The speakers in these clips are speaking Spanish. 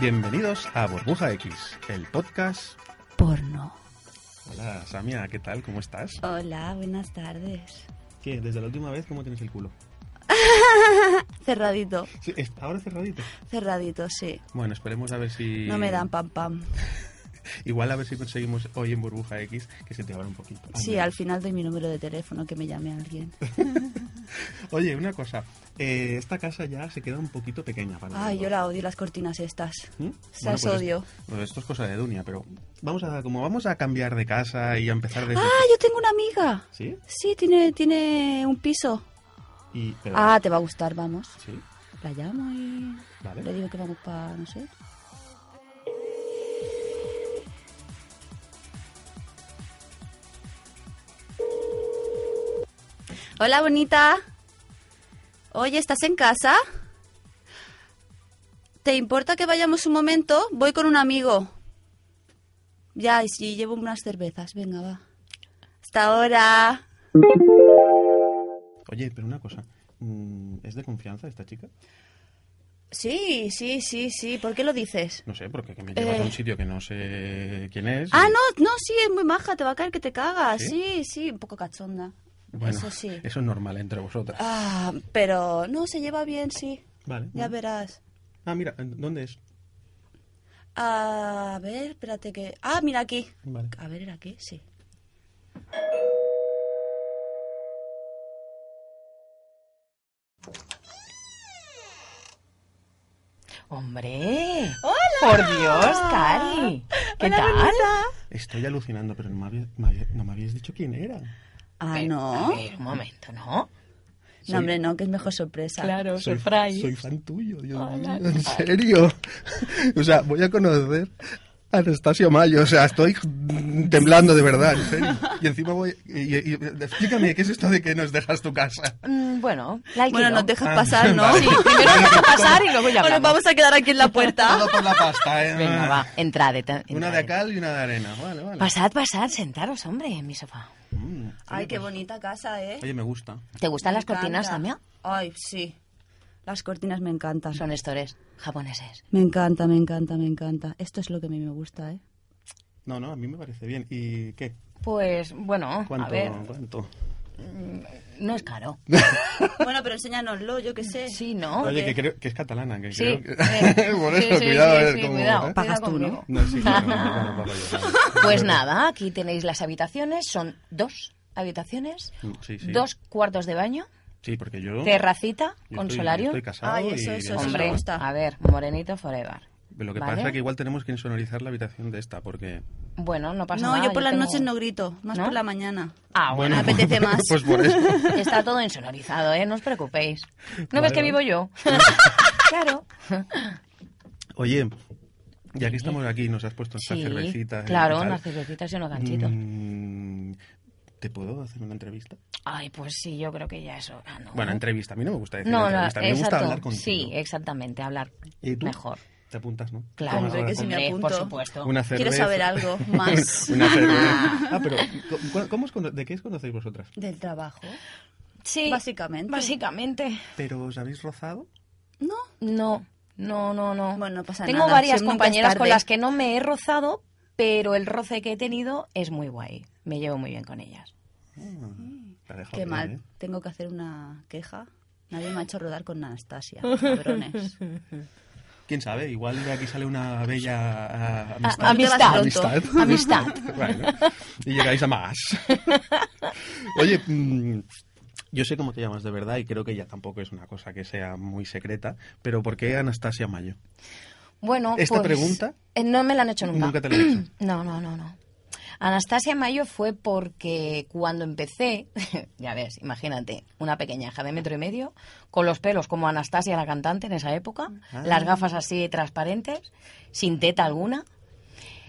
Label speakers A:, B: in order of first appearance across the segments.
A: Bienvenidos a Burbuja X, el podcast.
B: Porno.
A: Hola, Samia, ¿qué tal? ¿Cómo estás?
B: Hola, buenas tardes.
A: ¿Qué? Desde la última vez, ¿cómo tienes el culo?
B: Cerradito,
A: Sí, es- ahora cerradito.
B: cerradito, sí.
A: Bueno, esperemos a ver si.
B: No me dan pam pam.
A: Igual a ver si conseguimos hoy en Burbuja X que se te abra un poquito.
B: Sí,
A: menos.
B: al final doy mi número de teléfono que me llame alguien.
A: Oye, una cosa. eh, esta casa ya se queda un poquito pequeña para
B: Ay,
A: nosotros.
B: yo la odio las cortinas estas.
A: ¿Mm?
B: Sas
A: pues es-
B: odio.
A: pues esto es cosa de Dunia, pero vamos a como vamos a cambiar de casa y a empezar desde
B: Ah, yo tengo una amiga.
A: ¿Sí?
B: Sí, tiene, tiene un piso.
A: Y pero-
B: Ah, te va a gustar, vamos.
A: sí,
B: La llamo y le
A: vale.
B: digo que vamos para, no sé. Hola, bonita. Oye, ¿estás en casa? ¿Te importa que vayamos un momento? Voy con un amigo. Ya, y si llevo unas cervezas, venga, va. Hasta ahora.
A: Oye, pero una cosa. mm, ¿Es de confianza esta chica?
B: Sí, sí, sí, sí. ¿Por qué lo dices?
A: No sé, porque que me llevas a un
B: Eh.
A: sitio que no sé quién es.
B: Ah,
A: y-
B: no, no, sí, es muy maja, te va a caer que te cagas.
A: ¿Sí?
B: Sí, sí, un poco cachonda.
A: Bueno,
B: eso sí.
A: Eso es normal entre vosotras.
B: Ah, pero no, se lleva bien, sí.
A: vale.
B: Ya
A: bueno.
B: verás.
A: Ah, mira, ¿dónde es?
B: A ver, espérate que. Ah, mira aquí.
A: Vale.
B: A ver, era aquí, sí.
C: ¡Hombre! ¡Por Dios, Cari! ¿Qué
B: Hola,
C: tal?
B: bonita.
A: Estoy alucinando, pero no me, había- me había- no me habías dicho quién era.
B: Ah,
C: Eh,
B: no.
C: A ver, un momento, ¿no?
A: soy-
B: No, hombre, no, que es mejor sorpresa.
C: Claro,
A: Soy,
C: surprise.
A: soy fan tuyo, Dios
C: Hola,
A: mío. En
C: ¿qué tal?
A: serio. O sea, voy a conocer a Anastasio Mayo. O sea, estoy temblando de verdad, en serio. Y encima voy. y- y- y- explícame, ¿qué es esto de que nos dejas tu casa?
C: Mm, bueno, la alquilo.
B: Bueno, nos dejas
A: Ah,
B: pasar, ¿no?
A: vale.
C: Sí, primero nos deja pasar y luego ya
B: O nos
C: hablamos.
B: vamos a quedar aquí en la puerta.
A: Todo por la pasta, ¿eh?
C: Venga, va, entrad. et-
A: Una
C: entrad.
A: de cal y una de arena. Vale, vale.
C: Pasad, pasad, sentaros, hombre, en mi sofá.
A: Mm,
B: Ay,
A: oye,
B: qué
A: pues-
B: bonita casa, ¿eh?
A: Oye, me gusta.
C: ¿Te
B: Me
C: gustan las cortinas,
B: encanta.
C: Samia?
B: Ay, sí. Las cortinas me encantan.
C: Son estores japoneses.
B: Me encanta, me encanta, me encanta. Esto es lo que a mí me gusta, ¿eh?
A: No, no, a mí me parece bien. ¿Y qué?
C: Pues, bueno,
A: ¿Cuánto?
C: a ver,
A: ¿Cuánto?
C: no es caro.
B: Bueno, pero enséñanoslo, yo qué sé.
C: Sí, ¿no?
A: Oye, que, creo, que es catalana. Que
C: Sí.
A: creo que-
C: eh,
A: Por
C: sí,
A: eso,
C: sí,
A: cuidado.
C: sí,
A: a ver
C: sí,
A: cómo-
C: cuidado.
A: ¿eh?
B: Pagas
C: cuidado
B: tú, ¿no?
C: conmigo.
A: No, sí, no, no, no, no, no, no, no, no.
C: Pues nada, aquí tenéis las habitaciones. Son dos habitaciones,
A: Sí, sí.
C: dos cuartos de baño,
A: Sí, porque yo.
C: terracita
A: yo
C: con
A: estoy-
C: solarium.
A: Estoy casado
B: Ay,
A: y
B: eso, eso, eso.
C: Hombre,
B: me gusta.
C: a ver, morenito forever.
A: Lo que
C: ¿Vale?
A: pasa es que igual tenemos que insonorizar la habitación de esta, porque.
C: Bueno, no pasa
B: No,
C: nada.
B: yo por las
C: tengo-
B: noches no grito, más
C: ¿No?
B: por la mañana.
C: Ah, bueno.
B: Me apetece más.
A: Pues por eso.
C: Está todo insonorizado, ¿eh? No os preocupéis. ¿No
A: Vale,
C: ves que
A: vale.
C: vivo yo? claro.
A: Oye, ya que estamos aquí, nos has puesto estas
C: Sí,
A: cervecitas. eh, y
C: claro,
A: tal.
C: unas cervecitas y unos ganchitos.
A: Mm, ¿Te puedo hacer una entrevista?
C: Ay, pues sí, yo creo que ya eso. Ah, no.
A: Bueno, entrevista. A mí no me gusta decir
C: no, no,
A: entrevista. A mí me gusta
C: exacto.
A: hablar contigo.
C: Sí, exactamente, hablar
A: ¿Y tú?
C: mejor.
A: Te apuntas, ¿no?
C: Claro,
B: Hombre, que sí me
C: hombre, por
B: apunto.
C: supuesto.
A: Una cerveza.
B: Quiero saber algo más.
A: Una cerveza. Ah, pero ¿cu- ¿cómo os cono- ¿de qué os conocéis vosotras?
B: ¿Del trabajo?
C: Sí,
B: Básicamente.
C: Básicamente.
A: ¿Pero os habéis rozado?
B: No.
C: No, no, no, no.
B: Bueno, no pasa
C: Tengo
B: nada,
C: varias
B: siempre nunca es
C: compañeras con
B: tarde.
C: las que no me he rozado, pero el roce que he tenido es muy guay. Me llevo muy bien con ellas.
A: La he dejado
B: Qué
A: bien,
B: mal.
A: ¿eh?
B: Tengo que hacer una queja. Nadie me ha hecho rodar con Anastasia. Cabrones.
A: ¿Quién sabe? Igual de aquí sale una bella ah,
C: Ah,
A: amistad.
B: Tú te vas
C: amistad.
B: pronto.
C: Amistad.
A: Bueno, y llegáis a más. Oye, mm, yo sé cómo te llamas de verdad y creo que ya tampoco es una cosa que sea muy secreta, pero ¿por qué Anastasia Mayo?
C: Bueno,
A: ¿Esta
C: pues,
A: pregunta?
C: eh, no me la han hecho nunca.
A: Nunca te la han hecho.
C: No, no, no, no. Anastasia Mayo fue porque cuando empecé, ya ves, imagínate, una pequeñaja de metro y medio, con los pelos como Anastasia la cantante en esa época,
A: Ah.
C: las gafas así transparentes, sin teta alguna.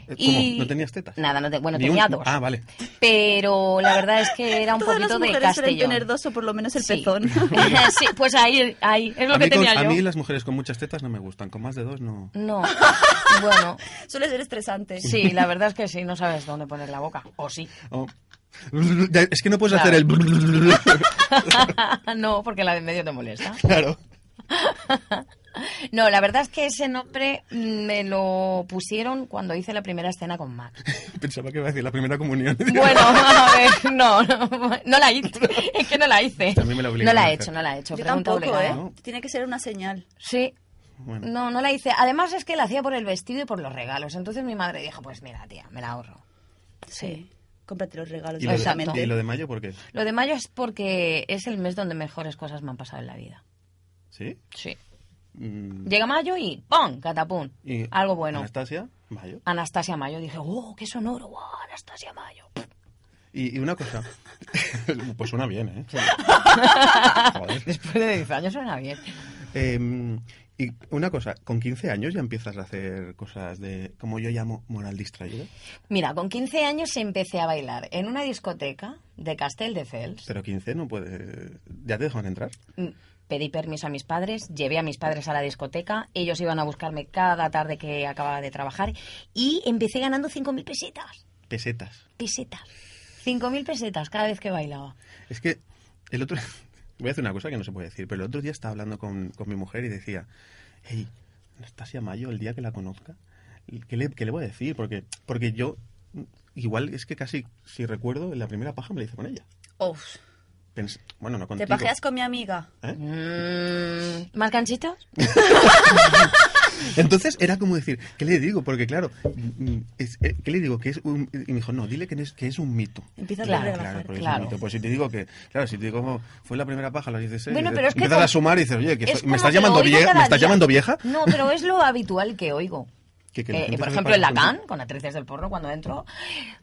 A: Eh, ¿Cómo?
C: Y-
A: ¿No tenías tetas?
C: Nada, no te- bueno,
A: Ni
C: tenía
A: un-
C: dos.
A: Ah, vale.
C: Pero la verdad es que era un
B: Todas
C: poquito
B: las
C: de
B: mujeres
C: castellón.
B: deben tener dos o por lo menos el
C: Sí.
B: pezón.
C: sí, pues ahí, ahí, es lo
A: a,
C: que
A: mí con-
C: tenía
A: a
C: yo.
A: mí las mujeres con muchas tetas no me gustan, con más de dos no.
C: No, bueno,
B: Suele ser estresante.
C: sí, la verdad es que sí, no sabes dónde poner la boca, o sí.
A: Oh. Es que no puedes hacer el...
C: no, porque la de en medio te molesta.
A: claro.
C: No, la verdad es que ese nombre mm, me lo pusieron cuando hice la primera escena con Mac.
A: Pensaba que iba a decir la primera comunión.
C: Bueno, a ver, no, no, no la hice. Es que no la hice.
A: A mí me la
C: no
A: obligaron
C: la
A: a
C: he
A: hacer.
C: hecho, no la he hecho.
B: Yo
C: Pregunta
B: tampoco,
C: obligada.
B: ¿eh?
A: ¿no?
B: Tiene que ser una señal.
C: Sí.
A: Bueno.
C: No, no la hice. Además es que la hacía por el vestido y por los regalos. Entonces mi madre dijo, pues mira, tía, me la ahorro.
B: Sí. Cómprate los regalos
A: ¿Y lo,
B: directamente.
A: de, ¿Y lo de mayo por qué?
C: Lo de mayo es porque es el mes donde mejores cosas me han pasado en la vida.
A: ¿Sí?
C: Sí.
A: Mm,
C: Llega mayo y ¡pum! Catapum.
A: y-
C: Algo bueno.
A: Anastasia, mayo.
C: Anastasia Mayo. Dije, ¡oh, qué sonoro! ¡Wow, Anastasia Mayo!
A: Y, y una cosa. pues suena bien, ¿eh? Joder.
C: Después de 10 años suena bien.
A: Eh, y una cosa, con 15 años ya empiezas a hacer cosas de, como yo llamo, moral distraída.
C: Mira, con 15 años empecé a bailar en una discoteca de Castel de Fels.
A: Pero 15 no puede... ¿Ya te dejan entrar?
C: Mm, Pedí permiso a mis padres, llevé a mis padres a la discoteca, ellos iban a buscarme cada tarde que acababa de trabajar y empecé ganando 5.000 pesetas.
A: Pesetas.
C: Pesetas. 5.000 pesetas cada vez que bailaba.
A: Es que el otro... Voy a hacer una cosa que no se puede decir, pero el otro día estaba hablando con, con mi mujer y decía, hey, Anastasia Mayo, el día que la conozca, ¿qué le, qué le voy a decir? Porque, porque yo, igual es que casi, si recuerdo, en la primera paja me la hice con ella.
B: Uf,
A: Pens- bueno, no
B: ¿Te
A: contigo.
B: pajeas con mi amiga?
C: Mm, ¿Más ganchitos?
A: Entonces era como decir, ¿qué le digo? Porque claro, mm, es- eh, ¿qué le digo? Que es un, y me dijo, no, dile que no es, que es un mito.
B: Empieza a
A: claro,
B: relajarte.
A: claro, porque
C: Claro.
A: es un mito. Pues si te digo que, claro, si te digo, como fue la primera paja a las 16,
C: Bueno,
A: dices-
C: pero es que
A: empiezas
C: con-
A: a sumar y dices, oye, que
C: Es
A: soy-
C: como
A: ¿me estás,
C: que lo
A: llamando
C: oigo
A: vieja,
C: cada
A: ¿me estás
C: día.
A: llamando vieja?
C: No, pero es lo habitual que oigo.
A: Que- que la
C: Eh,
A: gente
C: por
A: se
C: ejemplo,
A: para
C: en la
A: junto.
C: CAN, con actrices del porno, cuando entro,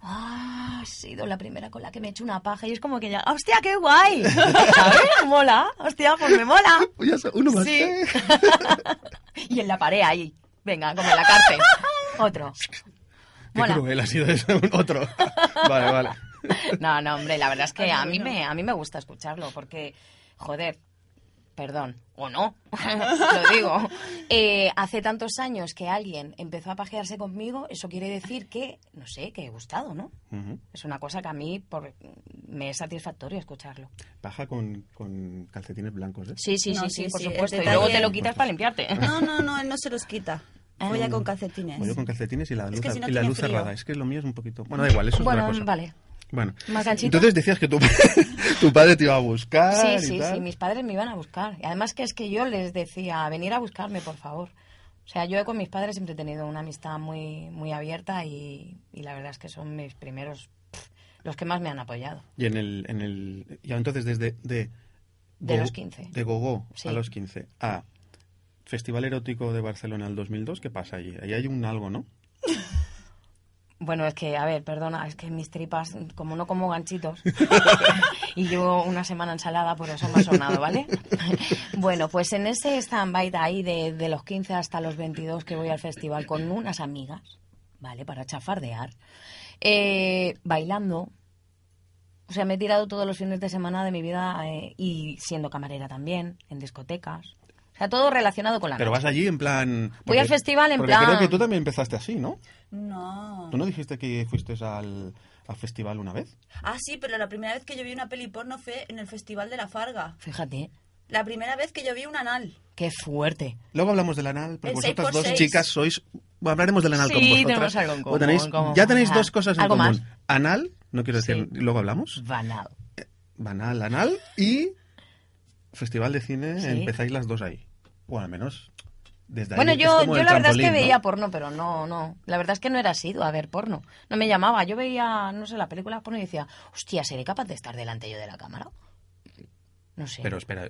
C: "Ah, ha sido la primera con la que me he hecho una paja y es como que ya, ¡hostia, qué guay! ¿Sabes? Mola, hostia, pues me mola.
A: Oye, so- uno más.
C: Sí.
A: eh.
C: y en la pared ahí, venga, como en la cárcel. Otro.
A: Qué
C: Mola.
A: cruel ha sido eso, un otro. vale, vale.
C: No, no, hombre, la verdad es que a mí me, a mí me gusta escucharlo porque, joder, perdón, o no, lo digo. Eh, hace tantos años que alguien empezó a pajearse conmigo, eso quiere decir que, no sé, que he gustado, ¿no?
A: Ujú.
C: Es una cosa que a mí por, me es satisfactorio escucharlo.
A: Paja con, con calcetines blancos, ¿eh?
C: Sí, sí,
B: No,
C: sí, sí,
B: sí,
C: por
B: sí, el
C: supuesto. Y
B: detalle-
C: luego te lo quitas para limpiarte.
B: No, no, no, él no se los quita. Voy a con calcetines.
A: O Pues yo con calcetines y la luz,
B: que si no
A: y la
B: tiene
A: luz
B: frío.
A: cerrada. Es que lo mío es un poquito... Bueno, da igual, eso es
C: Bueno,
A: otra cosa.
C: vale.
A: Bueno,
C: ¿Más ganchito?
A: entonces decías que tu, tu padre te iba a buscar.
C: Sí,
A: y
C: sí,
A: tal.
C: sí, mis padres me iban a buscar. Y además que es que yo les decía, venir a buscarme, por favor. O sea, yo con mis padres siempre he tenido una amistad muy, muy abierta y, y la verdad es que son mis primeros, pff, los que más me han apoyado.
A: Y en el, en el. Ya entonces, desde. De,
C: De
A: go-
C: los 15.
A: De Gogó
C: Sí.
A: a los 15. A. Festival Erótico de Barcelona el 2002. ¿Qué pasa allí? Ahí hay un algo, ¿no?
C: Bueno, es que, a ver, perdona, es que mis tripas, como no como ganchitos, y llevo una semana ensalada, por eso me ha sonado, ¿vale? bueno, pues en ese stand-by de ahí, de, de los 15 hasta los 22 que voy al festival con unas amigas, ¿vale? Para chafardear, eh, bailando. O sea, me he tirado todos los fines de semana de mi vida eh, y siendo camarera también, en discotecas. O sea, todo relacionado con la
A: Pero
C: noche.
A: vas allí en plan.
C: Ah, Voy al festival en
A: porque
C: plan-
A: Creo que tú también empezaste así, ¿no?
B: No.
A: ¿Tú no dijiste que fuiste al, al festival una vez?
B: Ah, sí, pero la primera vez que yo vi una peli porno fue en el Festival de la Farga.
C: Fíjate,
B: La primera vez que yo vi un anal.
C: qué fuerte.
A: Luego hablamos del anal, pero
B: El
A: vosotras
B: seis por
A: dos
B: seis.
A: chicas sois. bueno, hablaremos del anal
C: Sí,
A: con vosotras.
C: tenemos algo en
A: O tenéis-
C: común, como-
A: ya tenéis
C: Ajá.
A: dos cosas en
C: Algo
A: común:
C: más.
A: anal, no quiero decir,
C: Sí.
A: luego hablamos.
C: Banal.
A: banal, anal y Festival de Cine.
C: Sí.
A: Empezáis las dos ahí. O al menos desde ahí
C: Bueno,
A: es
C: yo,
A: como
C: yo
A: el
C: la verdad es que
A: trampolín, ¿no?
C: veía porno, pero no, no. La verdad es que no era asiduo a ver porno. No me llamaba. Yo veía, no sé, la película porno y decía, hostia, ¿seré capaz de estar delante yo de la cámara? No sé.
A: Pero espera.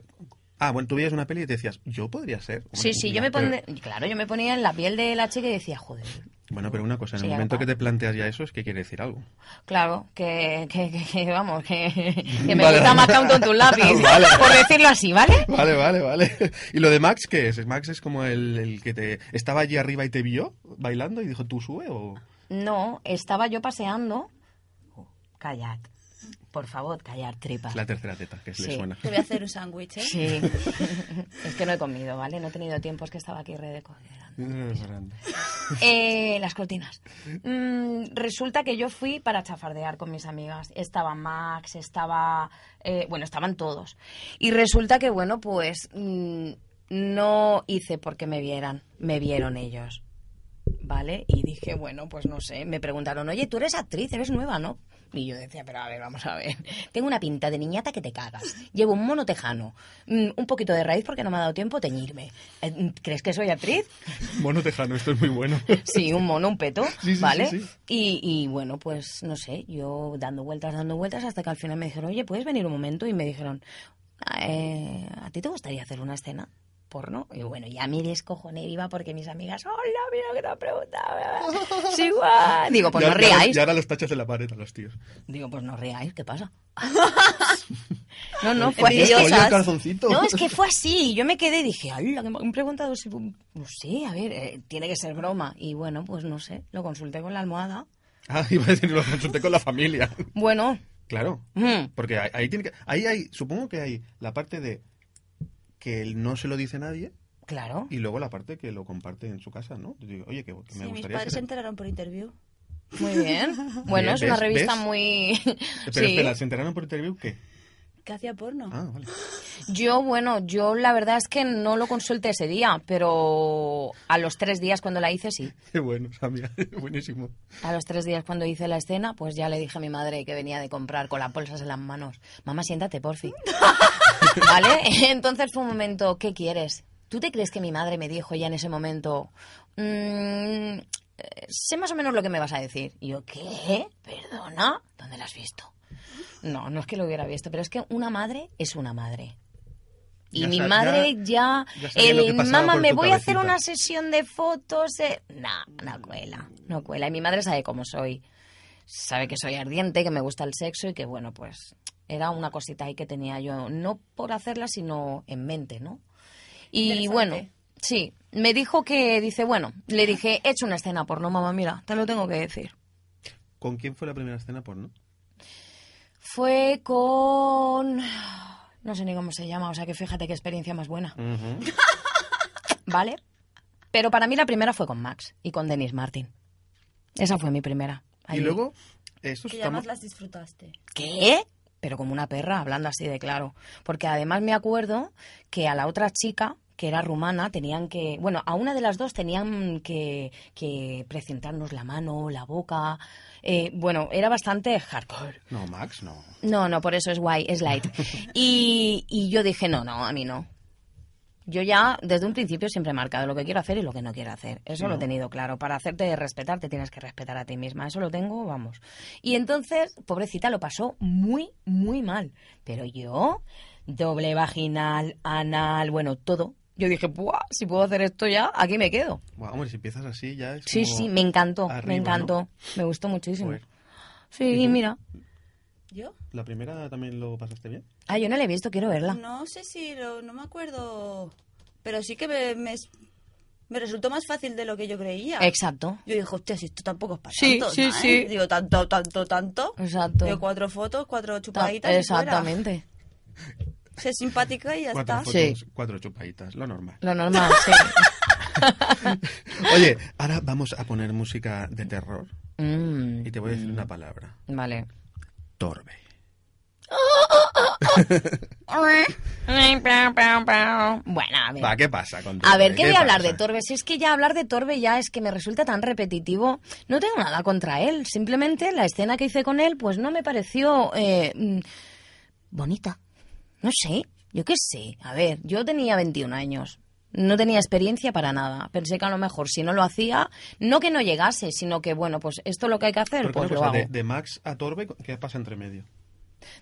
A: Ah, bueno, tú veías una peli y te decías, yo podría ser. Bueno,
C: sí, sí, yo
A: mira,
C: me
A: pero-
C: ponía, claro, yo me ponía en la piel de la chica y decía, joder.
A: Bueno, pero una cosa, en el
C: Sí,
A: momento
C: algo.
A: que te planteas ya eso es que quiere decir algo.
C: Claro, que, que, que- que, vamos, que, que me
A: Vale.
C: gusta más que un tonto un lápiz,
A: Vale.
C: por decirlo así, ¿vale?
A: Vale, vale, vale. ¿Y lo de Max qué es? ¿Max es como el, el que te estaba allí arriba y te vio bailando y dijo, tú sube o...?
C: No, estaba yo paseando. Oh, Callad, por favor, callad, tripa.
A: Es la tercera teta, que
C: Sí.
A: le suena.
B: Te voy a hacer un sándwich, ¿eh?
C: Sí. es que no he comido, ¿vale? No he tenido tiempo, es que estaba aquí redecorando. Eh, las cortinas. Mm, resulta que yo fui para chafardear con mis amigas. Estaba Max, estaba... eh, bueno, estaban todos. Y resulta que, bueno, pues... mm, no hice porque me vieran, me vieron ellos. ¿Vale? Y dije, bueno, pues no sé. Me preguntaron, oye, tú eres actriz, eres nueva, ¿no? Y yo decía, pero a ver, vamos a ver. Tengo una pinta de niñata que te cagas. Llevo un mono tejano. mm, Un poquito de raíz porque no me ha dado tiempo a teñirme. Eh, ¿Crees que soy actriz?
A: Mono Tejano, esto es muy bueno.
C: Sí, un mono, un peto,
A: Sí, sí,
C: ¿vale?
A: sí, sí.
C: Y, y bueno, pues no sé, yo dando vueltas, dando vueltas, hasta que al final me dijeron, oye, ¿puedes venir un momento? Y me dijeron, "Ah, eh, ¿a ti te gustaría hacer una escena? porno y bueno ya me descojoné viva porque mis amigas hola mira lo que te han preguntado sí guay digo pues
A: Ya-
C: no
A: ya-
C: riáis
A: Y ahora los tachas de la pared a los tíos.
C: digo pues no riáis qué pasa no no fue
A: Oye,
B: Envidiosas.
A: oye, el calzoncito.
C: no, es que fue así. Yo me quedé y dije, ¡Hala! Que me han preguntado si. No sé, a ver, eh, tiene que ser broma. Y bueno, pues no sé. Lo consulté con la almohada.
A: Ah, iba a decir, lo consulté con la familia.
C: Bueno,
A: Claro.
C: mm,
A: Porque ahí, ahí tiene que... Ahí hay... Supongo que hay la parte de que él no se lo dice a nadie
C: claro.
A: y luego la parte que lo comparte en su casa, ¿no? Yo digo, oye, que, que me
B: Sí, mis
A: gustaría...
B: padres se
A: hacer-
B: enteraron por interview.
C: Muy bien. Bueno,
A: Bien,
C: es una
A: ¿ves?
C: revista
A: ¿ves?
C: muy.
A: Pero
C: sí.
A: espera, ¿se enteraron por interview qué?
B: Que hacía porno.
A: Ah, vale.
C: Yo, bueno, yo la verdad es que no lo consulté ese día, pero a los tres días cuando la hice, sí.
A: Qué bueno, Samia. Buenísimo.
C: A los tres días cuando hice la escena, pues ya le dije a mi madre que venía de comprar con las bolsas en las manos. Mamá, siéntate, por fin. ¿Vale? Entonces fue un momento, ¿qué quieres? ¿Tú te crees que mi madre me dijo ya en ese momento, "Mm, eh, sé más o menos lo que me vas a decir? Y yo, ¿qué? ¿Perdona? ¿Dónde la has visto? No, no es que lo hubiera visto, pero es que una madre es una madre. Y
A: Ya
C: mi
A: sab-
C: madre ya...
A: ya sabía lo que
C: el
A: pasaba
C: Eh, mamá,
A: por
C: me
A: tu
C: voy a hacer
A: cabecita".
C: una sesión de fotos. eh". Nah, no cuela, no cuela. Y mi madre sabe cómo soy. Sabe que soy ardiente, que me gusta el sexo y que, bueno, pues era una cosita ahí que tenía yo, no por hacerla, sino en mente, ¿no? Y
B: Interesante.
C: bueno, sí, me dijo que, dice, bueno, le dije, he hecho una escena porno, mamá, mira, te lo tengo que decir.
A: ¿Con quién fue la primera escena porno?
C: Fue con... No sé ni cómo se llama, o sea que fíjate qué experiencia más buena. ¿vale? Pero para mí la primera fue con Max y con Denis Martin. Esa fue mi primera.
A: Y
C: Allí.
A: luego, esto
B: Que además
A: estamos...
B: las disfrutaste.
C: ¿Qué? Pero como una perra, hablando así de claro. Porque además me acuerdo que a la otra chica, que era rumana, tenían que... Bueno, a una de las dos tenían que, que presentarnos la mano, la boca... eh, bueno, era bastante hardcore.
A: No, Max, no.
C: No, no, por eso es guay, es light. Y, y yo dije, no, no, a mí no. Yo ya desde un principio siempre he marcado lo que quiero hacer y lo que no quiero hacer. Eso lo he tenido claro. Para hacerte respetar te tienes que respetar a ti misma. Eso lo tengo, vamos. Y entonces, pobrecita, lo pasó muy, muy mal. Pero yo, doble vaginal, anal, bueno, todo. Yo dije, ¡buah! Si puedo hacer esto ya, aquí me quedo.
A: Buah, hombre, si empiezas así ya es
C: Sí,
A: como
C: sí, me encantó,
A: arriba,
C: me encantó.
A: ¿no?
C: Me gustó muchísimo.
A: Joder.
C: Sí, mira.
B: ¿Yo?
A: ¿La primera también lo pasaste bien?
C: Ah, yo no la he visto, quiero verla.
B: No sé si lo- no me acuerdo, pero sí que me, me, me resultó más fácil de lo que yo creía.
C: Exacto.
B: Yo dije, hostia, si esto tampoco es para
C: Sí,
B: tanto,
C: sí,
B: ¿no, eh?".
C: sí.
B: Digo, tanto, tanto, tanto.
C: Exacto.
B: Digo, cuatro fotos, cuatro
C: Ta-
B: chupaditas. y fuera.
C: Exactamente.
B: Sé simpática y ya
A: cuatro
B: está.
A: fotos,
C: Sí.
A: cuatro chupaditas, lo normal.
C: Lo normal, sí.
A: Oye, ahora vamos a poner música de terror
C: Mm,
A: y te voy a decir una palabra.
C: vale.
A: Torbe.
C: Bueno, a ver.
A: Va, ¿qué pasa con Torbe?
C: A ver, ¿qué voy a
A: pasa?
C: hablar de Torbe? Si es que ya hablar de Torbe ya es que me resulta tan repetitivo. No tengo nada contra él. Simplemente la escena que hice con él, pues no me pareció eh, mm, bonita. No sé, yo qué sé. A ver, yo tenía 21 años. No tenía experiencia para nada. Pensé que a lo mejor si no lo hacía, no que no llegase, sino que, bueno, pues esto es lo que hay que hacer,
A: Porque
C: pues
A: una
C: lo
A: cosa,
C: hago.
A: de, de Max a Torbe, ¿qué pasa entre medio?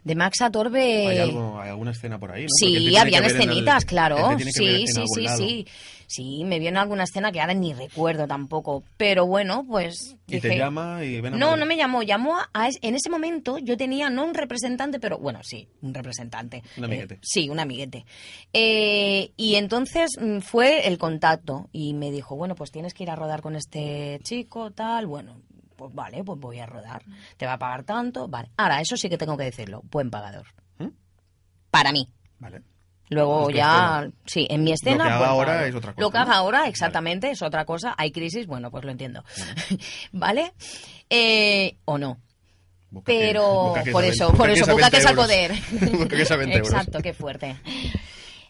C: De Max a Torbe.
A: ¿Hay, algo, ¿Hay alguna escena por ahí? ¿no? Porque él te
C: Eh, Sí,
A: tiene
C: habían
A: que ver en el-
C: escenitas,
A: él te
C: claro.
A: tiene que ver
C: Sí,
A: en
C: sí,
A: algún
C: sí,
A: lado.
C: sí. Sí, me vio en alguna escena que ahora ni recuerdo tampoco. Pero bueno, pues.
A: Y
C: dije-
A: te llama y ven a
C: No,
A: Madrid.
C: no me llamó. Llamó a. a es- En ese momento yo tenía no un representante, pero bueno, sí, un representante.
A: Un amiguete.
C: Eh, sí, un amiguete. Eh, y entonces mm, fue el contacto y me dijo, bueno, pues tienes que ir a rodar con este chico, tal. Bueno, pues vale, pues voy a rodar. Te va a pagar tanto. Vale. Ahora, eso sí que tengo que decirlo. Buen pagador.
A: ¿Mm?
C: Para mí.
A: Vale.
C: Luego
A: Es tu
C: ya, sí, en mi
A: Lo
C: escena.
A: que haga
C: pues,
A: ahora
C: vale.
A: es otra cosa,
C: Lo que haga
A: ¿no?
C: ahora,
A: Vale.
C: exactamente, es otra cosa. Hay crisis, bueno, pues lo entiendo. ¿Vale? Eh, o no.
A: Bucaques-
C: Pero
A: bucaques
C: por
A: a
C: eso,
A: veinte-
C: por eso,
A: a
C: bucaques
A: 20
C: al poder.
A: euros. bucaques a 20 euros.
C: Exacto, qué fuerte.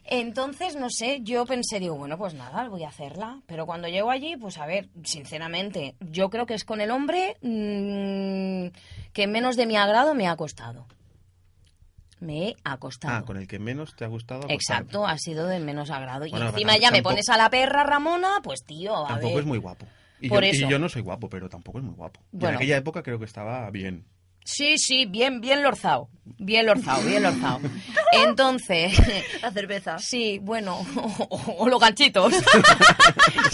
C: Entonces, no sé, yo pensé, digo, bueno, pues nada, voy a hacerla. Pero cuando llego allí, pues a ver, sinceramente, yo creo que es con el hombre mm, que menos de mi agrado me ha acostado. Me he acostado.
A: Ah, con el que menos te ha gustado. pues acostarte.
C: Exacto, ha sido de menos agrado.
A: Bueno,
C: y
A: pero
C: encima
A: tam-
C: ya me
A: tampoco-
C: pones a la perra Ramona, pues tío, a
A: Tampoco
C: ver.
A: es muy guapo. Y,
C: Por
A: yo, y
C: eso.
A: yo no soy guapo, pero tampoco es muy guapo. Y
C: Bueno.
A: en aquella época creo que estaba bien.
C: Sí, sí, bien, bien lorzao. Bien lorzao, bien lorzao. Entonces,
B: La cerveza.
C: sí, bueno, o, o- o los ganchitos.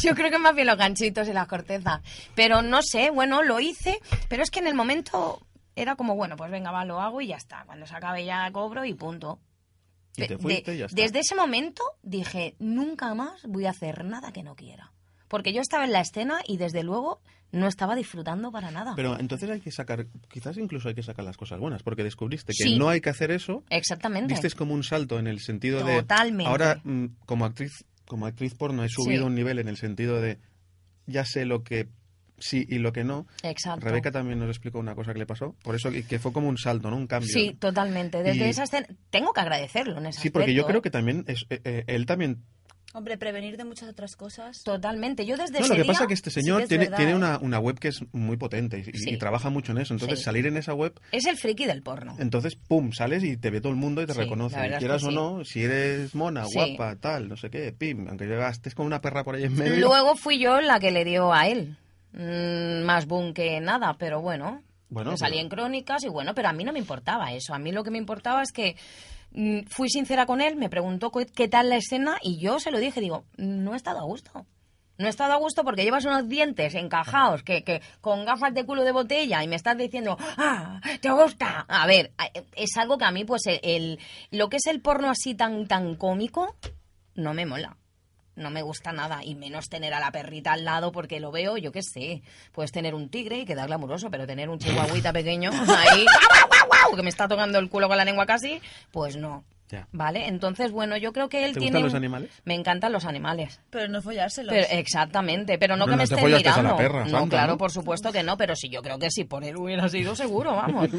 C: Yo creo que más bien los ganchitos y las cortezas. Pero no sé, bueno, lo hice, pero es que en el momento era como, bueno, pues venga, va, lo hago y ya está. Cuando se acabe ya cobro y punto.
A: Y te
C: De-
A: fuiste y ya está.
C: Desde ese momento dije, nunca más voy a hacer nada que no quiera. Porque yo estaba en la escena y desde luego no estaba disfrutando para nada.
A: Pero entonces hay que sacar, quizás incluso hay que sacar las cosas buenas, porque descubriste que
C: Sí.
A: no hay que hacer eso.
C: Exactamente.
A: Viste como un salto en el sentido de.
C: Totalmente.
A: Ahora, mm, como actriz, como actriz porno, he subido
C: Sí.
A: un nivel en el sentido de. Ya sé lo que sí y lo que no.
C: Exacto.
A: Rebeca también nos explicó una cosa que le pasó. Por eso que que fue como un salto, ¿no? Un cambio.
C: Sí, totalmente. Desde
A: Y-
C: esa escena tengo que agradecerlo en ese
A: Sí, porque yo
C: aspecto,
A: creo
C: ¿eh?
A: que también. es- eh, eh, él también
B: Hombre, prevenir de muchas otras cosas.
C: totalmente. Yo desde
A: No,
C: ese
A: lo que
C: día-
A: pasa es que este
B: sí que
A: señor
B: es
A: tiene,
B: verdad,
A: tiene
B: ¿eh?
A: una, una web que es muy potente y, y-
C: Sí.
A: y trabaja mucho en eso. Entonces,
C: Sí.
A: salir en esa web,
C: es el friki del porno.
A: entonces, pum, sales y te ve todo el mundo y te
C: Sí,
A: reconoce.
C: la verdad
A: Y
C: es
A: quieras
C: que
A: o
C: sí.
A: no, si eres mona,
C: Sí.
A: guapa, tal, no sé qué, pim, aunque llegaste con una perra por ahí en medio.
C: Luego fui yo la que le dio a él. Mm, más boom que nada, pero bueno.
A: Bueno,
C: me salí
A: pero-
C: en crónicas y bueno, pero a mí no me importaba eso. A mí lo que me importaba es que mm, fui sincera con él, me preguntó cu- qué tal la escena y yo se lo dije, digo, no he estado a gusto. No he estado a gusto porque llevas unos dientes encajados que, que con gafas de culo de botella y me estás diciendo, ah, te gusta. A ver, a- es algo que a mí pues el, el- lo que es el porno así tan tan cómico no me mola no me gusta nada y menos tener a la perrita al lado porque lo veo, yo qué sé, puedes tener un tigre y quedar glamuroso, pero tener un chihuahuita pequeño ahí, guau, guau, guau, guau, que me está tocando el culo con la lengua casi, pues no.
A: Ya.
C: ¿Vale? Entonces, bueno, yo creo que él
A: ¿Te
C: tiene
A: gustan los
C: un-
A: animales?
C: Me encantan los animales.
B: Pero no follárselos.
C: Pero- exactamente, pero no
A: No,
C: que
A: no
C: me
A: te
C: estén
A: follaste a la
C: mirando.
A: perra,
C: no,
A: santa,
C: claro,
A: ¿no?
C: por supuesto que no, pero sí, yo creo que sí, por él hubiera sido seguro, vamos.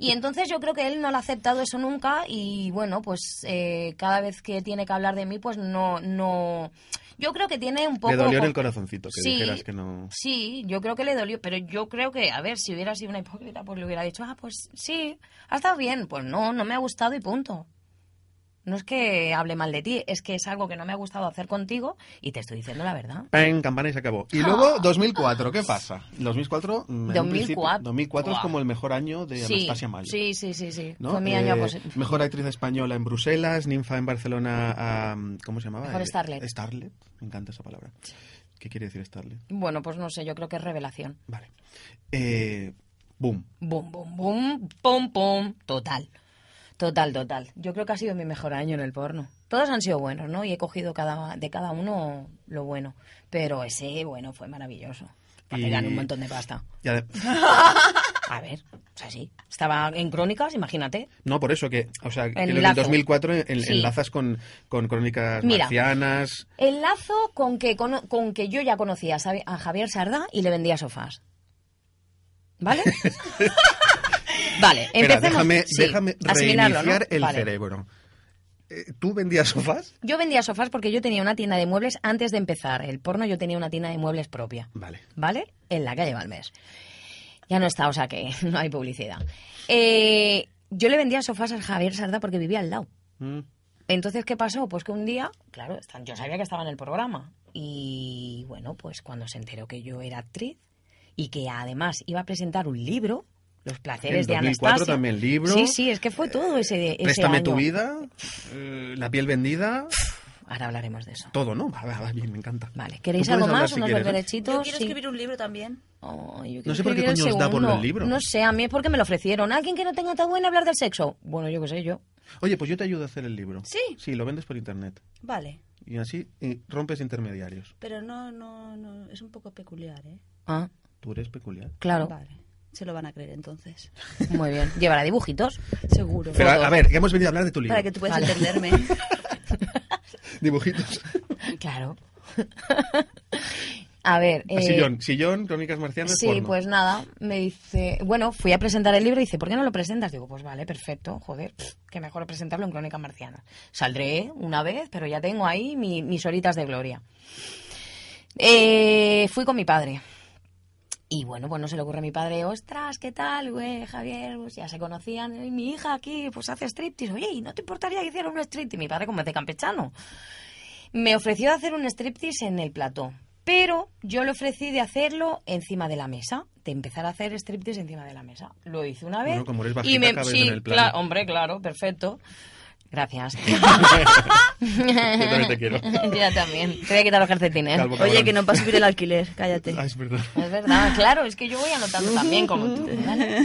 C: Y entonces yo creo que él no lo ha aceptado eso nunca y bueno, pues eh, cada vez que tiene que hablar de mí, pues no, no... Yo creo que tiene un poco...
A: Le dolió en el corazoncito que
C: Sí,
A: dijeras que no.
C: Sí, yo creo que le dolió, pero yo creo que, a ver, si hubiera sido una hipócrita, pues le hubiera dicho, ah, pues sí, ha estado bien, pues no, no me ha gustado y punto. No es que hable mal de ti, es que es algo que no me ha gustado hacer contigo y te estoy diciendo la verdad.
A: ¡Pam! Campana y se acabó. Y
C: Ah.
A: luego, 2004, ¿qué pasa? 2004, mm, en un
C: 2004,
A: principio- 2004 es
C: guau.
A: como el mejor año de
C: sí,
A: Anastasia Mayo.
C: sí, sí, sí, sí.
A: ¿no?
C: Fue mi
A: Eh,
C: año pues,
A: Mejor actriz española en Bruselas, ninfa en Barcelona, am, ¿cómo se llamaba?
C: Mejor
A: Eh,
C: starlet.
A: Starlet, me encanta esa palabra. ¿Qué quiere decir Starlet?
C: Bueno, pues no sé, yo creo que es revelación.
A: Vale. Eh, boom.
C: Bum, bum, bum, pum, pum. Total. Total, total. Yo creo que ha sido mi mejor año en el porno. Todos han sido buenos, ¿no? Y he cogido cada, de cada uno lo bueno. Pero ese, bueno, fue maravilloso. Porque
A: Y-
C: gané un montón de pasta.
A: Y ade-
C: A ver, o sea, sí. Estaba en crónicas, imagínate.
A: no, por eso que, o sea, creo que en
C: Enlazo.
A: 2004 en-
C: Sí.
A: enlazas con, con crónicas
C: Mira.
A: marcianas.
C: El lazo con que, con, con que yo ya conocía a Sabi- a Javier Sardá y le vendía sofás. ¿Vale? vale,
A: Espera,
C: empecemos.
A: déjame,
C: sí,
A: déjame
C: asimilarlo, ¿no?
A: reiniciar el
C: Vale.
A: cerebro. Eh, ¿Tú vendías sofás?
C: Yo vendía sofás porque yo tenía una tienda de muebles antes de empezar el porno, yo tenía una tienda de muebles propia,
A: Vale.
C: ¿vale? En la calle Balmes. Ya no está, o sea que no hay publicidad. Eh, yo le vendía sofás a Javier Sarda porque vivía al lado.
A: Mm.
C: Entonces, ¿qué pasó? Pues que un día, claro, esta- yo sabía que estaba en el programa. Y bueno, pues cuando se enteró que yo era actriz y que además iba a presentar un libro, Los placeres
A: En
C: de
A: 2004
C: Anastasia.
A: también libro.
C: Sí, sí, es que fue todo ese, ese
A: Préstame tu
C: año.
A: vida, eh, la piel vendida,
C: Ahora hablaremos de eso.
A: todo, ¿no? Va, va, va, bien, me encanta.
C: Vale,
A: Tú
C: ¿queréis
A: puedes
C: algo
A: hablar
C: más?
A: si
C: ¿Unos
A: quieres, ¿eh?
C: berberechitos?
B: Yo quiero
C: Sí.
B: escribir un libro también.
C: Ay, yo quiero
A: No sé por qué
C: escribir el
A: coño os da por
C: segundo.
A: los libros.
C: No sé, a mí es porque me lo ofrecieron. ¿Alguien que no tenga tabú en hablar del sexo? Bueno, yo qué sé, yo.
A: Oye, pues yo te ayudo a hacer el libro.
B: Sí.
A: Sí, lo vendes por internet.
B: Vale.
A: Y así eh, rompes intermediarios.
B: Pero no, no, no. Es un poco peculiar, ¿eh?
C: Ah,
A: Tú eres peculiar.
C: claro.
B: Vale. Se lo van a creer entonces.
C: Muy bien. Llevará dibujitos.
B: Seguro.
C: Pues
A: Pero a, a ver, que hemos venido a hablar de tu libro.
B: Para que tú puedas
C: Vale.
B: entenderme.
A: Dibujitos.
C: Claro. A ver.
A: A sillón, sillón, crónicas marcianas.
C: Eh, Sí,
A: porno.
C: pues nada, me dice, bueno, fui a presentar el libro y dice, ¿por qué no lo presentas? Digo, pues vale, perfecto, joder, pff, que mejor presentarlo en Crónica Marciana. Saldré una vez, pero ya tengo ahí mi- mis horitas de gloria. Eh, fui con mi padre. Y bueno, pues no se le ocurre a mi padre, ostras, ¿qué tal, güey, Javier? Pues ya se conocían, y mi hija aquí, pues hace striptease. Oye, ¿y no te importaría que hiciera un striptease? Mi padre, como es de campechano, me ofreció de hacer un striptease en el plató, pero yo le ofrecí de hacerlo encima de la mesa, de empezar a hacer striptease encima de la mesa. Lo hice una vez
A: Bueno, como eres bajita, cabes
C: sí,
A: en el plano.
C: cla- hombre, claro, perfecto. Gracias.
A: Yo también te quiero.
C: ya también. Te voy a quitar los calcetines.
A: Calvo, cabrón.
B: Oye, que no va a subir el alquiler, cállate.
A: Ah, es verdad.
C: Es verdad, claro, es que yo voy anotando también como tú. ¿vale?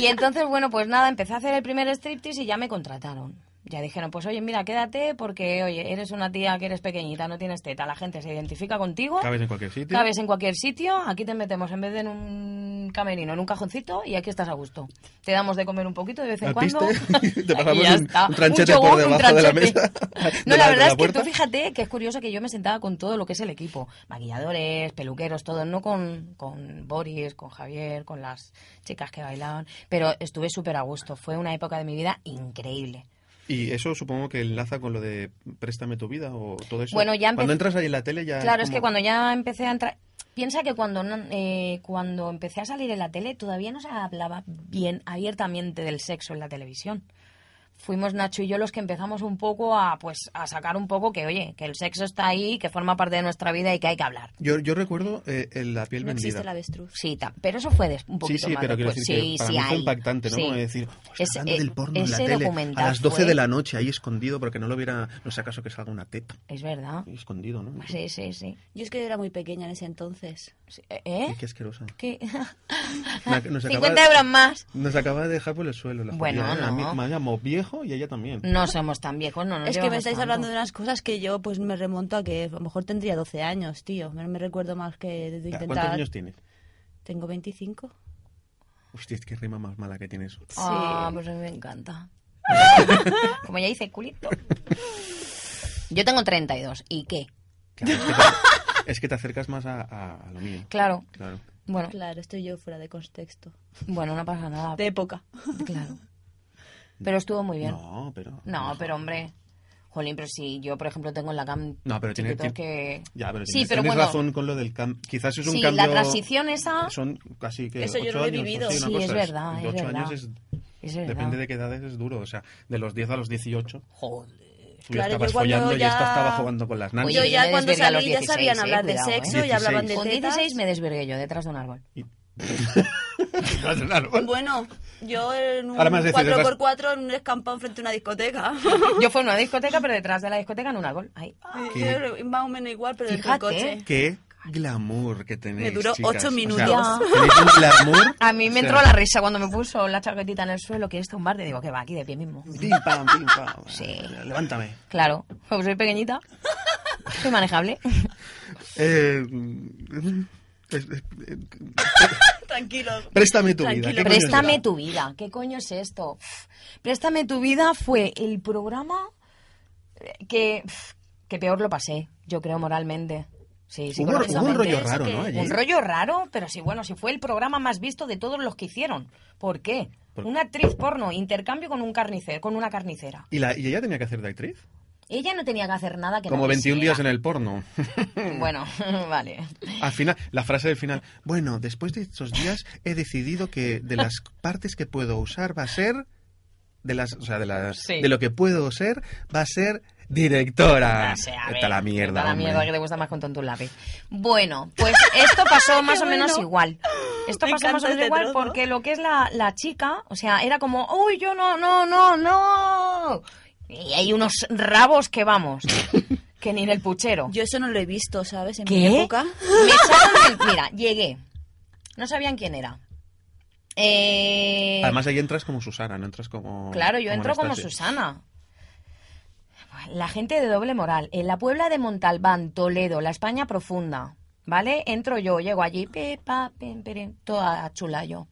C: Y entonces, bueno, pues nada, empecé a hacer el primer striptease y ya me contrataron. Ya dijeron, pues oye, mira, quédate porque, oye, eres una tía que eres pequeñita, no tienes teta, la gente se identifica contigo.
A: Cabes en cualquier sitio.
C: Cabes en cualquier sitio, aquí te metemos en vez de en un camerino, en un cajoncito y aquí estás a gusto. Te damos de comer un poquito de vez en
A: ¿Batiste?
C: cuando.
A: Te pasamos
C: Y ya
A: un-
C: está.
A: un tranchete por debajo de la mesa, de la- de
C: No, la
A: la
C: verdad es que
A: puerta.
C: tú fíjate que es curioso que yo me sentaba con todo lo que es el equipo. Maquilladores, peluqueros, todo. No con, con Boris, con Javier, con las chicas que bailaban. Pero estuve súper a gusto. Fue una época de mi vida increíble.
A: Y eso supongo que enlaza con lo de préstame tu vida o todo eso.
C: Bueno, ya
A: Cuando
C: empe-
A: entras ahí en la tele ya.
C: Claro, es
A: como-
C: que cuando ya empecé a entrar... Piensa que cuando, no- eh, cuando empecé a salir en la tele todavía no se hablaba bien abiertamente del sexo en la televisión. Fuimos Nacho y yo los que empezamos un poco a, pues, a sacar un poco que, oye, que el sexo está ahí, que forma parte de nuestra vida y que hay que hablar.
A: Yo, yo recuerdo eh, el- la piel
B: No
A: vendida.
B: existe la avestruz.
C: Sí, ta- pero eso fue des- un
A: Sí,
C: poquito
A: sí,
C: más
A: pero quiero
C: después.
A: decir que
C: Sí,
A: para
C: sí,
A: mí fue
C: hay.
A: impactante, ¿no?
C: Sí,
A: Como decir, "Ostras,
C: Ese- eh,
A: hablando del porno en la
C: ese
A: tele a
C: documental
A: las 12
C: fue-
A: de la noche, ahí escondido, porque no lo hubiera, no sé acaso que salga una teta.
C: Es verdad.
A: Ahí Escondido, ¿no?
C: Sí, sí, sí.
B: Yo es que era muy pequeña en ese entonces.
C: Sí, ¿Eh?
A: Qué asquerosa.
C: ¿Qué?
A: Na- nos acaba-
C: 50 euros más.
A: Nos acaba de dejar por el suelo la
C: Bueno,
A: jodida, ¿eh? A mí
C: no. Mm,
A: me llamó viejo y ella también.
C: No somos tan viejos, no
A: Ah,
C: nos
B: Es que me
C: llevamos
B: estáis
C: tanto.
B: hablando de unas cosas que yo pues me remonto a que a lo mejor tendría 12 años, tío. No me recuerdo más que de
A: Ya,
B: intentar...
A: ¿Cuántos años tiene?
B: Tengo 25.
A: Hostia, es que rima más mala que tiene eso.
C: Ah, pues a mí me encanta. Como ya dice, culito. Yo tengo 32. ¿Y qué?
A: Claro, es, que te, es que te acercas más a, a- a lo mío.
C: Claro.
A: Claro.
C: Bueno,
B: Claro, estoy yo fuera de contexto.
C: bueno, no pasa nada.
B: De época.
C: Claro. Pero estuvo muy bien.
A: No, pero.
C: No, pero hombre. Jolín, pero si yo, por ejemplo, tengo en la cam
A: No, pero tiene-
C: chiquitos que...
A: Ya, pero
C: Sí,
A: tienes,
C: pero
A: tienes
C: bueno.
A: razón con lo del cambio. Quizás es un
C: Sí,
A: cambio.
C: la transición esa...
A: Eh, Son casi que.
B: Eso yo
A: ocho
B: no lo he
A: años, o
B: vivido.
A: así, una
C: Sí,
A: cosa.
C: es verdad,
A: de
C: es
A: ocho
C: verdad.
A: años es-
C: Es verdad.
A: Depende de qué edades es duro. O sea, de los 10 a los 18.
C: Joder.
A: Tú ya
B: Claro, yo
A: estabas
B: cuando
A: follando y
B: ya-
A: esta estaba jugando con las nanas.
C: Oye,
B: yo
C: yo
B: ya
C: me
B: cuando
C: desvirgué a los
B: salí ya
C: 16,
B: sabían
C: eh,
B: hablar de
C: cuidado, eh.
B: sexo y hablaban de
A: Con
B: tetas.
C: Con 16 me desvergué yo detrás de un árbol.
B: Bueno, yo en un
A: Ahora me has decidido,
B: 4x4 en un escampado frente a una discoteca.
C: Yo fui a una discoteca, pero detrás de la discoteca en un árbol. Ahí.
A: ¿Qué?
B: Más o menos igual, pero dentro del
C: Fíjate.
B: coche.
A: Qué glamour que tenéis.
B: Me duró
A: chicas.
B: ocho
A: O sea,
B: minutos.
A: tenéis un glamour.
C: A mí me
A: O sea,
C: entró la risa cuando me puso la chaquetita en el suelo, que esto es un bar, y digo que va aquí de pie mismo.
A: Pim, pam, pim, pam.
C: Sí.
A: Levántame.
C: Claro, como soy pequeñita, soy manejable.
A: Eh, es- es- eh,
B: Tranquilo.
A: préstame tu
B: Tranquilo.
A: vida. ¿Qué coño es
C: Préstame
A: eso?
C: tu vida. ¿Qué coño es esto? Uf, Préstame tu vida fue el programa que, uf, que peor lo pasé, yo creo moralmente. Sí,
A: Hubo, hubo un
C: psicológicamente.
A: rollo
B: eso
A: raro,
B: que-
A: ¿no? Allí.
C: Un rollo raro, pero sí, bueno, si fue el programa más visto de todos los que hicieron. ¿Por qué?
A: ¿Por-
C: Una actriz porno, intercambio con un carnicero, con una carnicera.
A: ¿Y, la- y ella tenía que hacer de actriz?
C: Ella no tenía que hacer nada que
A: Como 21 días en el porno.
C: el... Bueno, vale.
A: Al final, la frase del final. Bueno, después de estos días he decidido que de las partes que puedo usar va a ser de las, o sea, de las,
C: Sí.
A: de lo que puedo ser va a ser directora.
C: O sea, a
A: Ah, Vete
C: ver,
A: a la
C: vete
A: mierda.
C: a la
A: hombre.
C: mierda que te gusta más con tonto un lápiz. Bueno, pues esto pasó más o menos
B: bueno.
C: igual. Esto
B: Me
C: pasó más o
B: encanta
C: menos
B: este
C: igual
B: trozo.
C: porque lo que es la, la chica, o sea, era como, uy, yo no, no, no, no. Y hay unos rabos que vamos, que ni en el puchero.
B: Yo eso no lo he visto, ¿sabes? En
C: ¿Qué?
B: mi época.
C: Me echaron del- Mira, llegué. No sabían quién era. Eh,
A: Además, ahí entras como Susana, no entras como.
C: claro, yo entro como
A: Anastasia.
C: Susana. La gente de doble moral. En la Puebla de Montalbán, Toledo, la España profunda. ¿Vale? Entro yo, llego allí, pepa, pim, pirim, toda chula yo.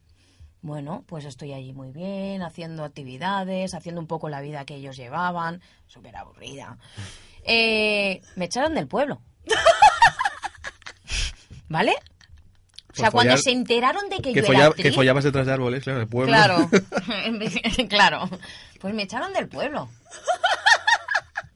C: Bueno, pues estoy allí muy bien, haciendo actividades, haciendo un poco la vida que ellos llevaban, súper aburrida. Eh, me echaron del pueblo. ¿Vale? O sea,
A: Por
C: cuando
A: follar-
C: se enteraron de que,
A: Que,
C: yo
A: folla-
C: era
A: que
C: actriz,
A: follabas detrás de árboles, claro, en el pueblo.
C: Claro, claro. Pues me echaron del pueblo.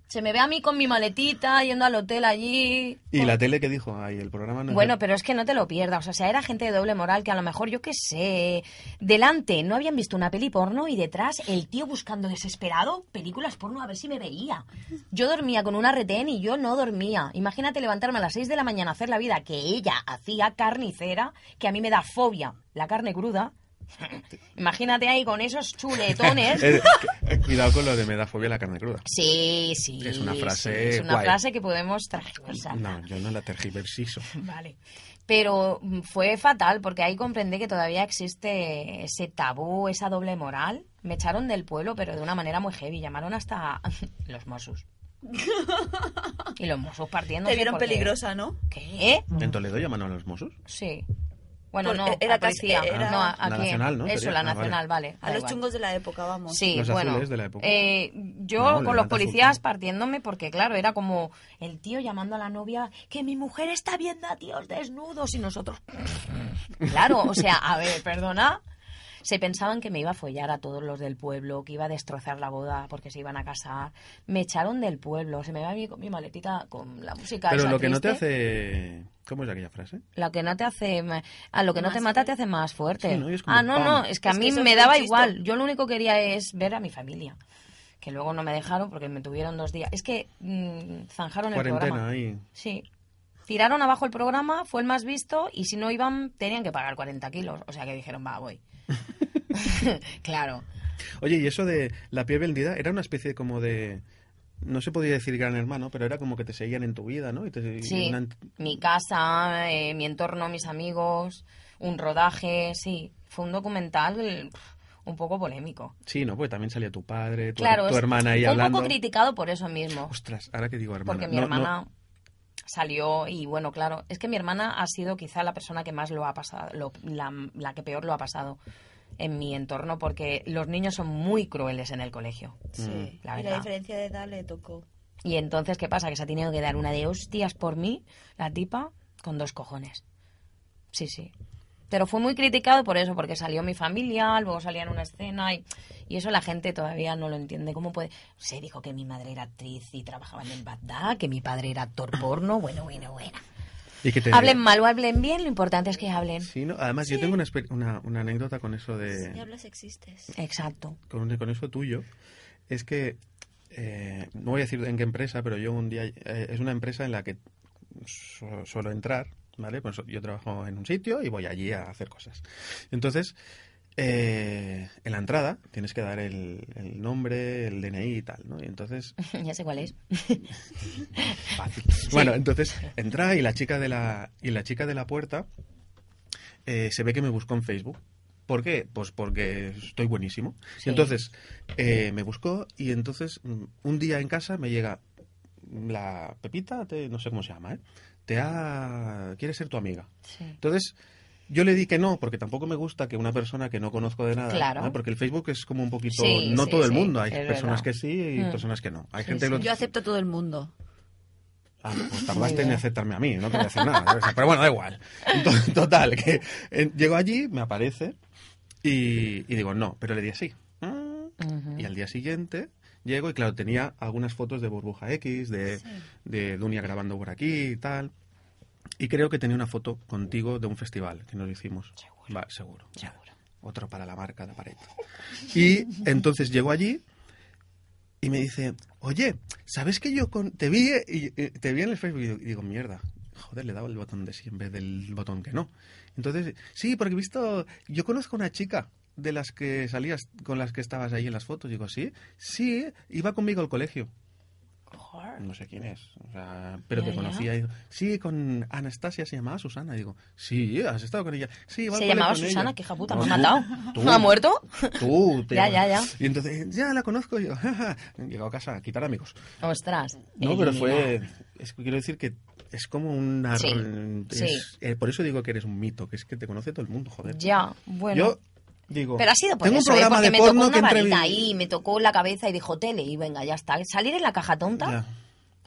C: Se me ve a mí con mi maletita yendo al hotel allí.
A: y la tele que dijo, ay, el programa no es
C: Bueno,
A: de-
C: pero es que no te lo pierdas. O sea, era gente de doble moral que a lo mejor, yo qué sé, delante no habían visto una peli porno y detrás el tío buscando desesperado películas porno a ver si me veía. Yo dormía con una retén y yo no dormía. Imagínate levantarme a las 6 de la mañana a hacer la vida que ella hacía carnicera, que a mí me da fobia la carne cruda. Imagínate ahí con esos chuletones.
A: Eh, eh, Cuidado con lo de me da fobia la carne cruda.
C: Sí, sí.
A: Es una frase
C: sí, es una
A: guay.
C: frase que podemos transversar.
A: No, yo no la tergiversizo.
C: Vale. Pero mm, fue fatal porque ahí comprendí que todavía existe ese tabú, esa doble moral. Me echaron del pueblo, pero de una manera muy heavy. Llamaron hasta los Mossos. Y los Mossos partiendo.
D: Te vieron peligrosa, ¿no?
C: ¿Qué?
A: ¿En Toledo llaman a los mozos?
C: Sí. Bueno,
D: Por-
C: no,
D: era
C: a
D: casi-
C: policía.
D: era-
C: No, a, a
A: La
C: quién?
A: nacional, ¿no?
C: Eso,
A: Sería.
C: la
A: Ah, vale.
C: nacional, vale.
D: A
C: da
D: los
C: igual.
D: chungos de la época, vamos.
C: Sí,
A: Los
C: bueno.
A: azules de la época.
C: eh, yo
A: No, la
C: con los
A: nata azul.
C: policías partiéndome porque, claro, era como el tío llamando a la novia que mi mujer está viendo a tíos desnudos y nosotros... claro, o sea, a ver, perdona. Se pensaban que me iba a follar a todos los del pueblo, que iba a destrozar la boda porque se iban a casar. Me echaron del pueblo, se me va mi, mi maletita con la música.
A: Pero
C: esa
A: lo que no te
C: triste.
A: hace... ¿Cómo es aquella frase?
C: Lo que no te hace. ma- A lo que no
D: Más
C: te mata
D: fuerte.
C: te hace más fuerte.
A: Sí, ¿no? Y es como
C: ah, no,
A: pam.
C: no, es que a
D: Es que
C: mí
D: eso
C: me
D: es
C: daba
D: un chistón.
C: igual. Yo lo único que quería es ver a mi familia. Que luego no me dejaron porque me tuvieron dos días. Es que mm, zanjaron el
A: Cuarentena ¿eh?
C: programa.
A: ahí.
C: Sí. Tiraron abajo el programa, fue el más visto y si no iban tenían que pagar 40 kilos. O sea que dijeron, va, voy. claro.
A: Oye, y eso de la piel vendida era una especie como de... No se podía decir gran hermano, pero era como que te seguían en tu vida, ¿no? Y te- y
C: Sí.
A: una-
C: Mi casa, eh, mi entorno, mis amigos, un rodaje, sí. Fue un documental pf, un poco polémico.
A: Sí, ¿no? Porque también salía tu padre, tu,
C: Claro,
A: tu
C: es
A: hermana ahí
C: un
A: hablando.
C: poco criticado por eso mismo,
A: Ostras, ahora que digo hermana.
C: porque mi
A: no, no-
C: hermana salió y bueno, claro, es que mi hermana ha sido quizá la persona que más lo ha pasado, lo- la, la que peor lo ha pasado en mi entorno, porque los niños son muy crueles en el colegio.
B: Mm,
D: Sí.
C: La
D: y
C: verdad.
D: la diferencia de edad le tocó.
C: Y entonces, ¿qué pasa? Que se ha tenido que dar una de hostias por mí, la tipa, con dos cojones. Sí, sí. Pero fue muy criticado por eso, porque salió mi familia, luego salía en una escena y, y eso la gente todavía no lo entiende. ¿Cómo puede...? Se dijo que mi madre era actriz y trabajaba en Bagdad, que mi padre era actor porno. Bueno, bueno, bueno.
A: Y que te
C: Hablen mal o hablen bien, lo importante es que hablen.
A: Sí, ¿no? Además, yo tengo una, espe- una, una anécdota con eso de...
D: Si hablas, existes.
C: Exacto.
A: con, con eso tuyo, es que, eh, no voy a decir en qué empresa, pero yo un día, eh, es una empresa en la que su- suelo entrar, ¿vale? Pues yo trabajo en un sitio y voy allí a hacer cosas. Entonces, eh, en la entrada tienes que dar el, el nombre, el DNI y tal, ¿no? Y entonces
C: ya sé cuál es.
A: fácil. Bueno, entonces entra y la chica de la y la chica de la puerta eh, se ve que me buscó en Facebook. ¿Por qué? Pues porque estoy buenísimo.
C: Sí.
A: Entonces eh, me buscó y entonces mm, un día en casa me llega la Pepita, te- no sé cómo se llama, ¿eh? Te ha quiere ser tu amiga.
C: Sí.
A: Entonces, yo le di que no, porque tampoco me gusta que una persona que no conozco de nada,
C: Claro.
A: ¿no? porque el Facebook es como un poquito,
C: Sí,
A: no
C: sí,
A: todo el
C: sí,
A: mundo, hay
C: es
A: personas
C: verdad.
A: que sí y
C: Mm.
A: personas que no. Hay
C: Sí,
A: gente
C: sí.
A: que lo-
B: Yo acepto a todo el mundo.
A: Ah, pues tardaste en
C: bien.
A: aceptarme a mí, no te voy a decir nada. ¿sabes? Pero bueno, da igual. Ento- Total, que eh, llego allí, me aparece y, y digo no, pero le di así. Mm.
C: Ujú.
A: Y al día siguiente llego y claro, tenía algunas fotos de Burbuja X, de, de Dunia grabando por aquí y tal. Y creo que tenía una foto contigo de un festival que nos hicimos. Seguro. Va, seguro.
C: Seguro.
A: Otro para la marca de pared. Y entonces llego allí y me dice, oye, ¿sabes que yo con- te vi eh, y, eh, te vi en el Facebook? Y digo, mierda, joder, le he dado el botón de sí en vez del botón que no. Entonces, sí, porque he visto, yo conozco una chica de las que salías, con las que estabas ahí en las fotos. Digo, sí, sí, iba conmigo al colegio.
C: Joder.
A: No sé quién es, o sea, pero
C: Ya,
A: que
C: ya.
A: conocía. Y digo, sí, con Anastasia se llamaba Susana. Y digo, sí, has estado con ella. Sí, iba al
C: Se
A: cole
C: llamaba
A: con
C: Susana,
A: ella".
C: que hija puta,
A: No,
C: me ha
A: tú-
C: matado.
A: tú.
C: ¿Ha muerto?
A: Tú, te
C: Ya,
A: llamas.
C: ya,
A: Y entonces, ya la conozco yo. jaja. Llego a casa a quitar amigos.
C: Ostras.
A: No, pero
C: eliminada.
A: fue. es que quiero decir que es como una.
C: Sí,
A: es-
C: sí.
A: eh, por eso digo que eres un mito, que es que te conoce todo el mundo, joder.
C: Ya, bueno.
A: Yo digo.
C: Pero ha sido por
A: tengo
C: eso,
A: un
C: ¿eh?
A: programa
C: porque
A: de
C: me tocó
A: porno
C: una
A: que entrevi-
C: varita ahí, me tocó la cabeza y dijo tele y venga, ya está. Salir en la caja tonta
A: Ya.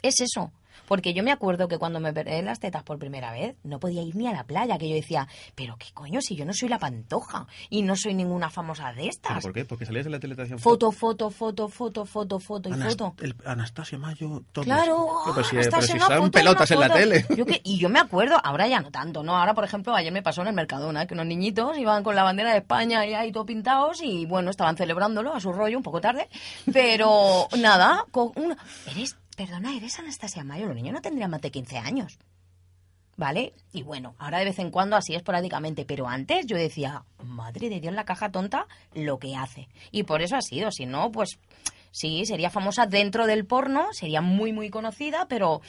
C: es eso. Porque yo me acuerdo que cuando me perdí las tetas por primera vez, no podía ir ni a la playa, que yo decía, pero qué coño, si yo no soy la pantoja y no soy ninguna famosa de
A: ¿Pero
C: estas.
A: ¿Por qué? Porque salías de la teletación.
C: Foto, foto, foto, foto, foto, foto y
A: Anas-
C: foto.
A: el- Anastasia Mayo, todos.
C: Claro, ah,
A: Pero si,
C: hasta
A: pero
C: es
A: si
C: una
A: son
C: foto,
A: pelotas en
C: una
A: la
C: foto.
A: tele.
C: Yo que- y yo me acuerdo, ahora ya no tanto, ¿no? Ahora, por ejemplo, ayer me pasó en el Mercadona que unos niñitos iban con la bandera de España y ahí todo pintados y bueno, estaban celebrándolo a su rollo un poco tarde, pero nada, con una... Eres, perdona, eres Anastasia Mayo, los niños no tendrían más de 15 años. ¿Vale? Y bueno, ahora de vez en cuando así esporádicamente, pero antes yo decía, madre de Dios, la caja tonta lo que hace. Y por eso ha sido, si no, pues sí, sería famosa dentro del porno, sería muy, muy conocida, pero...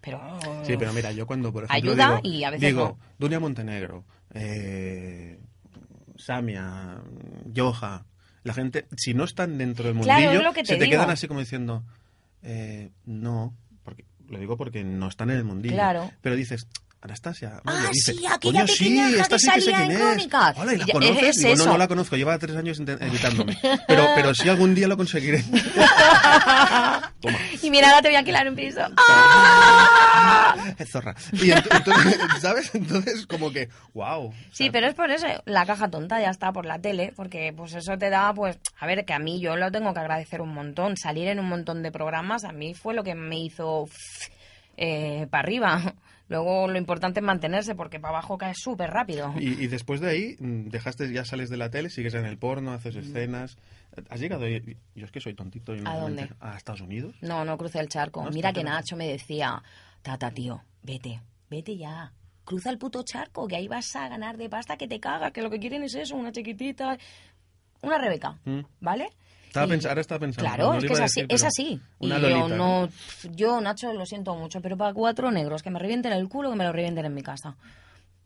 C: pero
A: Sí, pero mira, yo cuando, por ejemplo,
C: Ayuda
A: digo,
C: y a veces
A: digo,
C: no.
A: Dunia Montenegro, eh, Samia, Yoja, la gente, si no están dentro del
C: Claro, es
A: mundillo,
C: lo que te
A: se te
C: digo.
A: quedan así como diciendo, eh, no, porque, lo digo porque no están en el mundillo.
C: Claro.
A: Pero dices, Anastasia,
C: Ah,
A: Mayo", dice,
C: sí, aquella
A: "Coño, sí,
C: pequeñaja que
A: esta sí que sé
C: salía en
A: quién es".
C: Crónicas.
A: Hola, ¿y
C: Y
A: la
C: ya-
A: conoces?
C: es
A: Digo, no,
C: eso.
A: no la conozco, lleva tres años inten- evitándome. Pero, pero sí algún día lo conseguiré. Toma.
C: Y mira, ahora te voy a alquilar un piso.
A: Es zorra. Y ent- entonces, ¿sabes? Entonces, como que, wow.
C: Sí, pero es por eso, la caja tonta ya está por la tele, porque pues eso te da, pues, a ver, que a mí yo lo tengo que agradecer un montón, salir en un montón de programas, a mí fue lo que me hizo para arriba. Luego lo importante es mantenerse, porque para abajo caes súper rápido.
A: Y, y después de ahí, mm, dejaste, ya sales de la tele, sigues en el porno,
C: Mm.
A: haces escenas. Has llegado, y- y- yo es que soy tontito. Y no me
C: dónde?
A: entero. A Estados Unidos.
C: No, no crucé el charco.
A: No,
C: Mira
A: está
C: que
A: claro.
C: Nacho me decía, tata, tío, vete, vete ya. Cruza el puto charco, que ahí vas a ganar de pasta que te cagas, que lo que quieren es eso, una chiquitita, una Rebeca,
A: Mm.
C: ¿vale?
A: Estaba
C: Y-
A: pens- ahora estaba pensando.
C: Claro,
A: no
C: es
A: lo iba
C: que es
A: a
C: así.
A: decir,
C: es
A: pero
C: así.
A: Una
C: y yo,
A: lolita,
C: no, yo, Nacho, lo siento mucho, pero para cuatro negros que me revienten el culo, que me lo revienten en mi casa.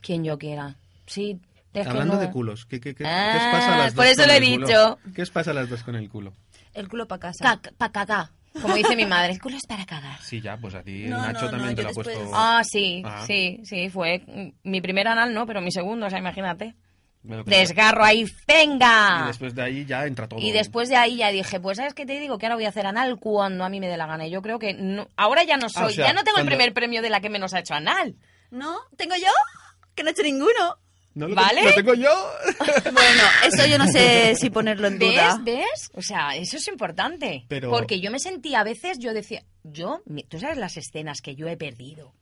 C: Quien yo quiera. Sí, es que
A: Hablando
C: no-
A: de culos, ¿qué, qué, qué,
C: Ah,
A: qué os pasa a las dos
C: por eso
A: con
C: lo he
A: el culo?
C: dicho.
A: ¿Qué os pasa a las dos con el culo?
D: El culo para casa.
C: Caca- pa' cagar. Como dice mi madre, el culo es para cagar.
A: Sí, ya, pues a ti
D: No,
A: Nacho
D: no,
A: también
D: no, yo
A: te lo ha
D: después-
A: puesto.
C: Ah, sí,
A: Ah.
C: sí, sí, fue mi primer anal, no, pero mi segundo, o sea, imagínate.
A: me lo creo.
C: Desgarro ahí,
A: Y
C: venga.
A: después de ahí ya entra todo.
C: Y después de ahí ya dije, pues sabes qué te digo, que ahora voy a hacer anal cuando a mí me dé la gana. Y yo creo que no- ahora ya no soy,
A: Ah, sea,
C: ya no tengo
A: cuando-
C: el primer premio de la que menos ha hecho anal.
B: ¿No? ¿Tengo yo? Que no he hecho ninguno.
A: No, lo
C: ¿Vale?
A: tengo- lo tengo yo.
B: Bueno, eso yo no sé si ponerlo en duda.
C: ¿Ves? ¿Ves? O sea, eso es importante.
A: Pero-
C: Porque yo me sentía a veces, yo decía, yo, mi- tú sabes las escenas que yo he perdido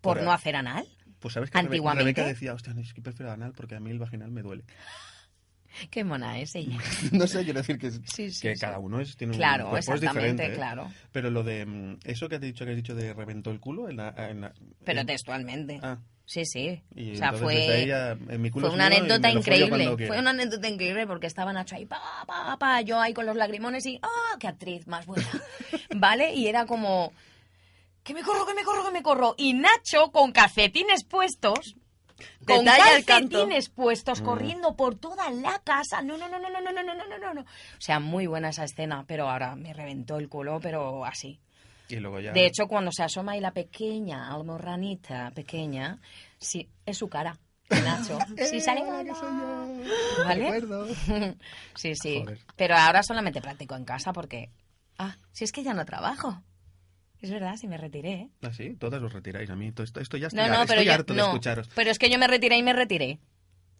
C: por
A: Pero-
C: no hacer anal.
A: Pues sabes que Rebe-
C: Antiguamente.
A: Rebeca decía, hostia, no, es que prefiero anal porque a mí el vaginal me duele.
C: Qué mona es ella.
A: no sé, quiero decir que, es-
C: Sí, sí,
A: que
C: sí.
A: cada uno es, tiene
C: Claro,
A: un cuerpo es
C: exactamente,
A: diferente. ¿eh?
C: claro.
A: Pero lo de mm, eso que has dicho que has dicho de reventó el culo en la, ah, en la-
C: Pero
A: en-
C: textualmente.
A: Ah,
C: Sí, sí.
A: y
C: o sea,
A: entonces
C: fue...
A: desde ahí ya, en mi culo
C: Fue
A: es
C: una
A: mío y
C: anécdota
A: me lo follo cuando
C: increíble.
A: quiera.
C: Fue una anécdota increíble porque estaba Nacho ahí, pa, pa, pa, yo ahí con los lagrimones y, ¡ah, qué actriz más buena! ¿Vale? Y era como, ¡que me corro, que me corro, que me corro! Y Nacho con calcetines puestos, con
B: Detalle al canto.
C: calcetines
A: Mm.
C: puestos, corriendo por toda la casa. No, no, no, no, no, no, no, no, no, no, no, no. O sea, muy buena esa escena, pero ahora me reventó el culo, pero así.
A: Y luego ya...
C: De hecho, cuando se asoma ahí la pequeña almorranita pequeña, sí, es su cara. de Nacho. Sí, sale
A: "Hola, que Eh, soy yo".
C: ¿Vale?
A: Recuerdo.
C: Sí, sí.
A: Joder.
C: Pero ahora solamente practico en casa porque... Ah, si es que ya no trabajo. Es verdad, si me retiré. ¿eh?
A: Ah, sí, todas os retiráis a mí. Esto, esto- esto ya estoy,
C: No, no,
A: estoy
C: pero yo-
A: harto de
C: no.
A: escucharos.
C: Pero es que yo me retiré y me retiré.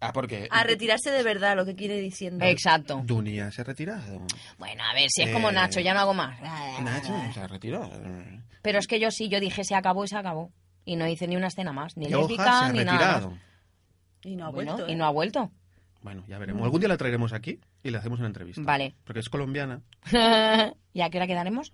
A: Ah, porque...
D: A retirarse de verdad, lo que quiere diciendo.
C: Eh, Exacto.
A: Dunia se ha retirado.
C: Bueno, a ver, si es como
A: Eh,
C: Nacho, ya no hago más.
A: Nacho se ha retirado.
C: Pero es que yo sí, yo dije se acabó y se acabó. Y no hice ni una escena más, ni
A: Yoja se
C: lésbica,
A: ha
C: ni nada.
A: retirado.
C: más.
D: Y no ha
C: Bueno,
D: vuelto.
C: Y
D: ¿eh?
C: no ha vuelto.
A: Bueno, ya veremos. Algún día la traeremos aquí y le hacemos una entrevista.
C: Mm. Vale.
A: Porque es colombiana.
C: ¿Y a qué hora quedaremos?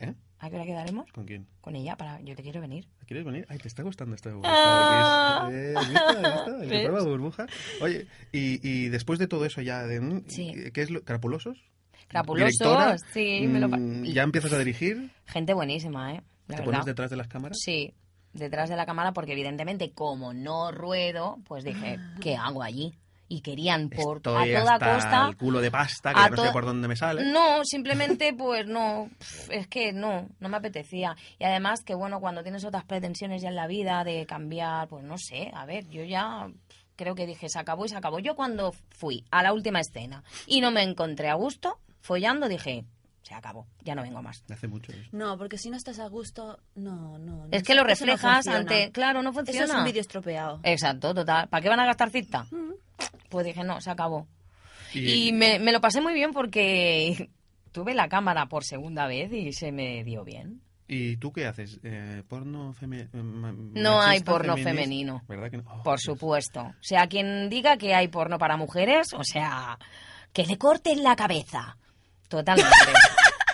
A: ¿Eh?
C: ¿A qué hora quedaremos?
A: ¿Con quién?
C: Con ella, para yo te quiero venir.
A: ¿Quieres venir? Ay, te está gustando esta burbuja.
C: Ah.
A: ¿ves? Eh, ¿has visto? ¿Has visto? El que
C: ¿Ves?
A: prueba burbuja. Oye, y, y después de todo eso ya, de, mm,
C: Sí.
A: ¿qué es lo? ¿Crapulosos?
C: Crapulosos,
A: Directora.
C: sí, me lo pa-
A: Mm, ¿Ya empiezas a dirigir?
C: Gente buenísima, ¿eh? La
A: ¿Te
C: verdad.
A: pones detrás de las cámaras?
C: Sí, detrás de la cámara, porque evidentemente, como no ruedo, pues dije, ¿qué hago allí? Y querían por
A: Estoy
C: a toda
A: hasta
C: costa.
A: el culo de pasta, que
C: a Mm.
A: ya no sé
C: toda-
A: por dónde me sale.
C: No, simplemente, pues no, pf, es que no, no me apetecía. Y además que, bueno, cuando tienes otras pretensiones ya en la vida de cambiar, pues no sé, a ver, yo ya pf, creo que dije, se acabó y se acabó. Yo cuando fui a la última escena y no me encontré a gusto, follando, dije, se acabó, ya no vengo más.
A: Me hace mucho eso.
D: No, porque si no estás a gusto, no, no. no,
C: Es que lo
D: eso no
C: reflejas
D: funciona.
C: ante... Claro, no funciona.
D: Eso es un vídeo estropeado.
C: Exacto, total. ¿Para qué van a gastar cita? Pues dije, no, se acabó.
A: Y-
C: Y, me, me lo pasé muy bien porque tuve la cámara por segunda vez y se me dio bien.
A: ¿Y tú qué haces? Eh, ¿Porno femenino?
C: No hay porno femenino.
A: ¿Verdad que no? Oh,
C: Por supuesto. O sea, quien diga que hay porno para mujeres, o sea, que le corten la cabeza. Totalmente.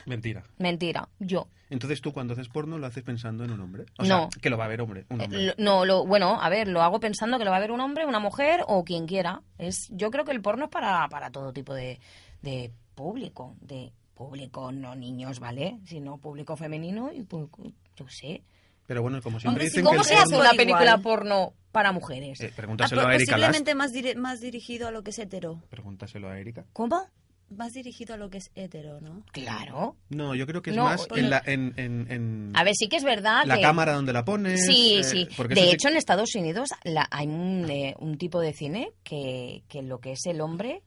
A: Mentira.
C: Mentira. Yo.
A: Entonces tú cuando haces porno lo haces pensando en un hombre. O
C: No. Eh,
A: sea, que lo va a ver hombre. Un hombre.
C: Lo- No, lo, bueno, a ver, lo hago pensando que lo va a ver un hombre, una mujer o quien quiera. Es, yo creo que el porno es para, para todo tipo de, de público, de público, no niños, ¿vale? Sino público femenino y público, yo sé.
A: Pero bueno, como
D: Hombre,
A: siempre
D: sí,
A: dicen
C: ¿Cómo
A: que
C: se
A: el
C: hace
A: porno...
C: una
D: Igual.
C: película porno para mujeres?
A: Eh, pregúntaselo
D: Ah,
A: a
D: pues,
A: Erika Last.
D: posiblemente más, dire- más dirigido a lo que es hetero.
A: Pregúntaselo a Erika.
C: ¿Cómo?
D: Más dirigido a lo que es hetero, ¿no?
C: Claro.
A: No, yo creo que es
C: No,
A: más
C: porque-
A: en la, en, en, en
C: A ver, sí que es verdad
A: la
C: que...
A: cámara donde la pones.
C: Sí,
A: eh,
C: sí.
A: porque Ah. eso
C: De
A: sí-
C: hecho, en Estados Unidos la- hay un, eh, un tipo de cine que, que lo que es el hombre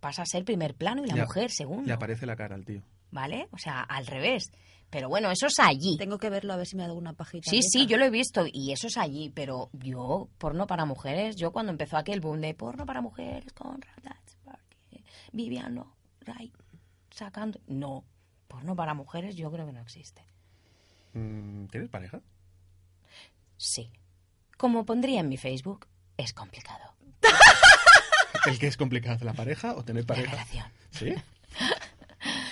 C: pasa a ser primer plano y la
A: Ya.
C: mujer segundo.
A: Le aparece la cara al tío.
C: ¿vale? O sea, al revés. Pero bueno, eso es allí.
D: Tengo que verlo a ver si me ha dado una pajita.
C: Sí,
D: rica.
C: sí, yo lo he visto y eso es allí, pero yo, porno para mujeres, yo cuando empezó aquel boom de porno para mujeres con Ratatouille, Viviano, Ray, sacando... No, porno para mujeres yo creo que no existe.
A: Mm, ¿Tienes pareja?
C: Sí. Como pondría en mi Facebook, es complicado.
A: ¿El que es complicado? ¿La pareja o tener
C: La
A: pareja?
C: relación.
A: Sí.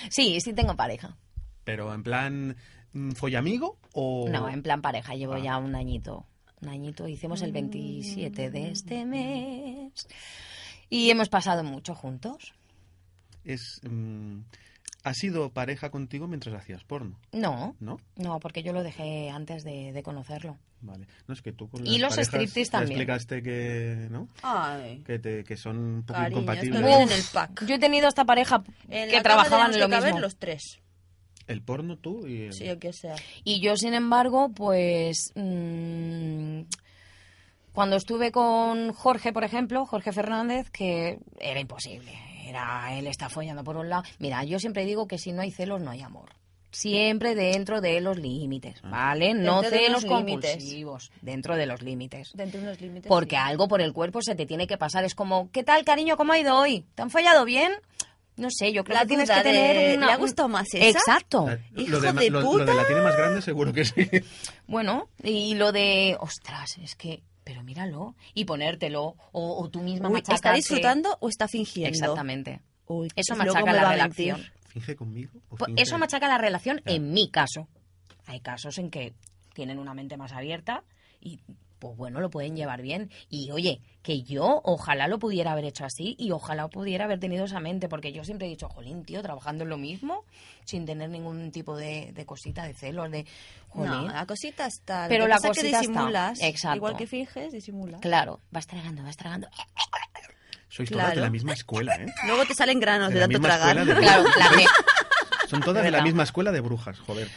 C: Sí, sí tengo pareja.
A: Pero en plan mm, follamigo o...
C: No, en plan pareja, llevo
A: Oh. Ah.
C: ya un añito. Un añito, hicimos el 27 de este mes. Y hemos pasado mucho juntos.
A: es mm, ha sido pareja contigo mientras hacías porno,
C: No,
A: ¿no?
C: no, porque yo lo dejé antes de, de conocerlo.
A: Vale. No es que tú con
C: Y
A: las parejas
C: los striptease
A: ya
C: también.
A: explicaste que, ¿no?
D: Ay.
A: Que, te- que son un poco
D: Cariño,
A: incompatibles.
D: es que- en
C: Uf,
D: el pack.
C: Yo he tenido esta pareja
D: En
C: que
D: la cama
C: trabajaban
D: tenemos
C: en lo
D: que caber
C: mismo.
D: los tres.
A: El porno tú y el-
D: Sí, el que sea.
C: Y yo, sin embargo, pues. mm, cuando estuve con Jorge, por ejemplo, Jorge Fernández, que era imposible. Era, él está follando por un lado. Mira, yo siempre digo que si no hay celos, no hay amor. Siempre dentro de los límites, ¿vale? No
D: Dentro de
C: celos
D: los límites.
C: compulsivos. Dentro de los límites.
D: Dentro de unos límites.
C: Porque
D: sí.
C: algo por el cuerpo se te tiene que pasar. Es como, ¿qué tal, cariño? ¿Cómo ha ido hoy? ¿Te han fallado bien? No sé, yo creo
D: La
C: que tienes que
D: duda de,
C: tener una...
D: ¿le ha gustado más esa?
C: Exacto.
A: La-
D: ¡Hijo
A: lo, de, ma-
D: de
A: lo-
D: puta!
A: lo de la tiene más grande seguro que sí.
C: Bueno, y lo de, ostras, es que, pero míralo, y ponértelo, o, o tú misma
D: Uy,
C: machacarte.
D: ¿Está disfrutando o está fingiendo?
C: Exactamente.
D: Uy,
C: Eso
D: luego
C: machaca
D: me va
C: la
D: a mentir.
C: relación.
A: Finge conmigo. o
C: Po-
A: finge-
C: Pues Eso machaca la relación en mi caso. Hay casos en que tienen una mente más abierta y, pues bueno, lo pueden llevar bien. Y oye, que yo ojalá lo pudiera haber hecho así y ojalá pudiera haber tenido esa mente, porque yo siempre he dicho, jolín, tío, trabajando en lo mismo, sin tener ningún tipo de, de cosita, de celos, de...
D: No,
C: Jolín.
D: la cosita está. lo
C: Pero
D: que
C: la
D: pasa es
C: cosita
D: que
C: está.
D: disimulas.
C: Exacto.
D: Igual que finges, disimulas.
C: Claro, vas tragando, vas tragando.
A: Sois todas de
D: Claro.
A: la misma escuela, ¿eh?
D: Luego te salen granos
A: De
D: de,
A: la
D: tanto
A: misma
D: tragar.
A: escuela de-
C: Claro, la me-
A: Son todas de la
C: Verdad.
A: misma escuela de brujas, joder.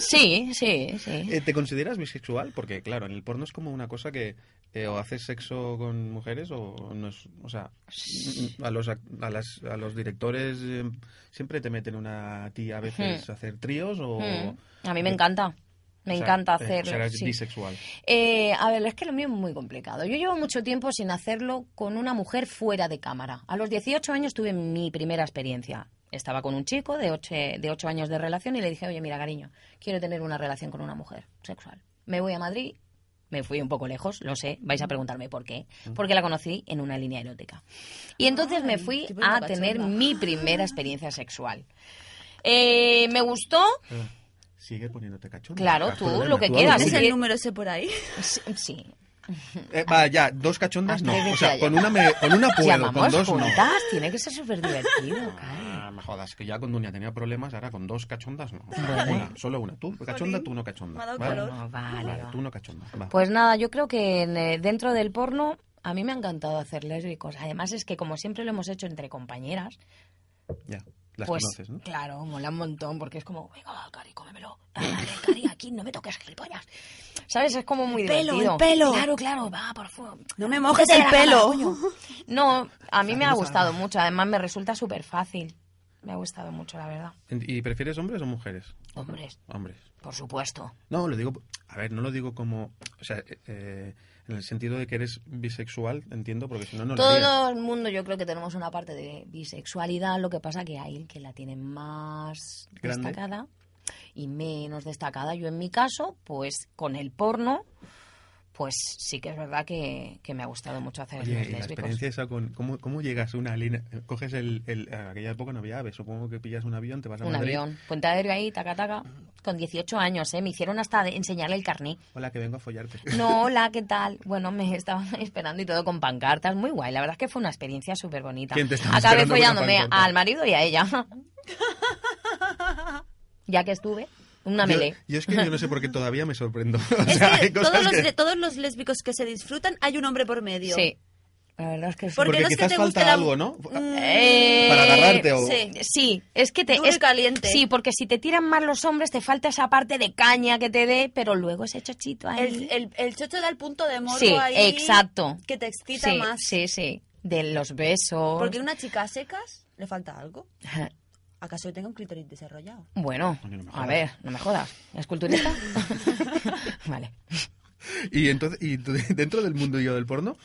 C: Sí, sí, sí.
A: Eh, ¿Te consideras bisexual? Porque, claro, en el porno es como una cosa que eh, o haces sexo con mujeres o no es... O sea, a los, ac- a las- a los directores eh, siempre te meten una tía a veces a hacer tríos o...
C: Mm, A mí me encanta. Me encanta
A: hacer
C: hacerlo.
A: eres
C: sí.
A: bisexual.
C: Eh, a ver, es que lo mío es muy complicado. Yo llevo mucho tiempo sin hacerlo con una mujer fuera de cámara. A los 18 años tuve mi primera experiencia. Estaba con un chico de 8, de ocho años de relación y le dije, oye, mira, cariño, quiero tener una relación con una mujer sexual. Me voy a Madrid, me fui un poco lejos, lo sé, vais a preguntarme por qué. Porque la conocí en una línea erótica. Y entonces me fui
D: qué buena Ah.
C: a tener
D: cachonda.
C: mi primera experiencia sexual. Eh, me gustó,
A: Ah, Sigue poniéndote cachón.
C: Claro, tú, lo que quieras. ¿eh?
D: ¿Tienes
C: Así
D: el
C: que-
D: número ese por ahí?
C: sí, sí,
A: ya, Eh, dos cachondas no.
C: Atrévete
A: O
C: a
A: sea, con
C: llamar.
A: una, me- con una puedo,
C: Llamamos
A: con dos no.
C: juntas, tiene que ser súper divertido,
A: Ah, me jodas, que ya con Dunia tenía problemas, ahora con dos cachondas no.
C: Bueno.
A: Una, solo una. Tú cachonda, tú no cachonda.
D: me ha dado
A: Vale.
D: calor.
C: Bueno,
A: Vale,
C: vale, va.
A: tú no cachonda. Va.
C: Pues nada, yo creo que en, eh, dentro del porno a mí me ha encantado hacer lésbicos. Además es que como siempre lo hemos hecho entre compañeras,
A: Ya, las
C: pues
A: conoces, ¿no?
C: claro, mola un montón porque es como, venga, Cari, cómemelo. Dale, Cari, aquí no me toques gilipollas. ¿Sabes? Es como muy
D: El pelo,
C: divertido.
D: el pelo.
C: Claro, claro, va, por favor.
D: No me mojes el
C: Cógete la
D: pelo.
C: cámara, coño. No, a mí me ha
A: Salimos a-
C: gustado mucho. Además me resulta súper fácil. Me ha gustado mucho, la verdad.
A: ¿Y prefieres hombres o mujeres?
C: Hombres,
A: Hombres.
C: por supuesto.
A: No, lo digo, a ver, no lo digo como, o sea, eh, eh, en el sentido de que eres bisexual, entiendo, porque si no, no lo harías.
C: Todo el mundo yo creo que tenemos una parte de bisexualidad, lo que pasa que hay que la tiene más
A: Grande.
C: destacada y menos destacada. Yo en mi caso, pues con el porno, pues sí que es verdad que, que me ha gustado mucho hacer
A: Oye,
C: los
A: y la
C: lésbicos.
A: experiencia esa con, ¿cómo, cómo llegas a una línea? Coges el, el, en aquella época no había ave, supongo que pillas un avión, te vas a
C: Un
A: Madrid.
C: avión, puente aéreo ahí, taca, taca. Con 18 años, ¿eh? Me hicieron hasta de- enseñarle el carné.
A: Hola, que vengo a follarte.
C: No, hola, ¿qué tal? Bueno, me estaban esperando y todo con pancartas. Muy guay. La verdad es que fue una experiencia súper bonita.
A: ¿Quién te estaba
C: Acabé
A: esperando con una
C: follándome
A: pancarta?
C: al marido y a ella. ya que estuve, una
A: yo,
C: melee.
A: yo es que yo no sé por qué todavía me sorprendo. O
B: Es
A: sea,
B: que
A: hay cosas
B: todos los,
A: que-
B: le- todos los lésbicos que se disfrutan hay un hombre por medio.
C: Sí. La verdad es que sí.
B: Porque,
A: Porque
B: no es que
A: quizás
B: te
A: falta
B: guste la...
A: algo, ¿no?
D: Mm.
C: Eh,
A: Para agarrarte o-
C: Sí, sí, es que te
B: Duro y
C: es-
B: caliente.
C: Sí, porque si te tiran más los hombres te falta esa parte de caña que te dé, pero luego ese chochito ahí.
B: El, el, el chocho da el punto de morbo
C: Sí,
B: ahí
C: exacto.
B: que te excita
C: sí,
B: más.
C: Sí, sí, de los besos.
D: Porque una chica a secas le falta algo. ¿Acaso yo tenga un clítoris desarrollado?
C: Bueno,
A: Oye, no me
C: a
A: jodas.
C: ver, no me jodas. ¿Es culturista? vale.
A: Y entonces, y tú- dentro del mundo yo del porno,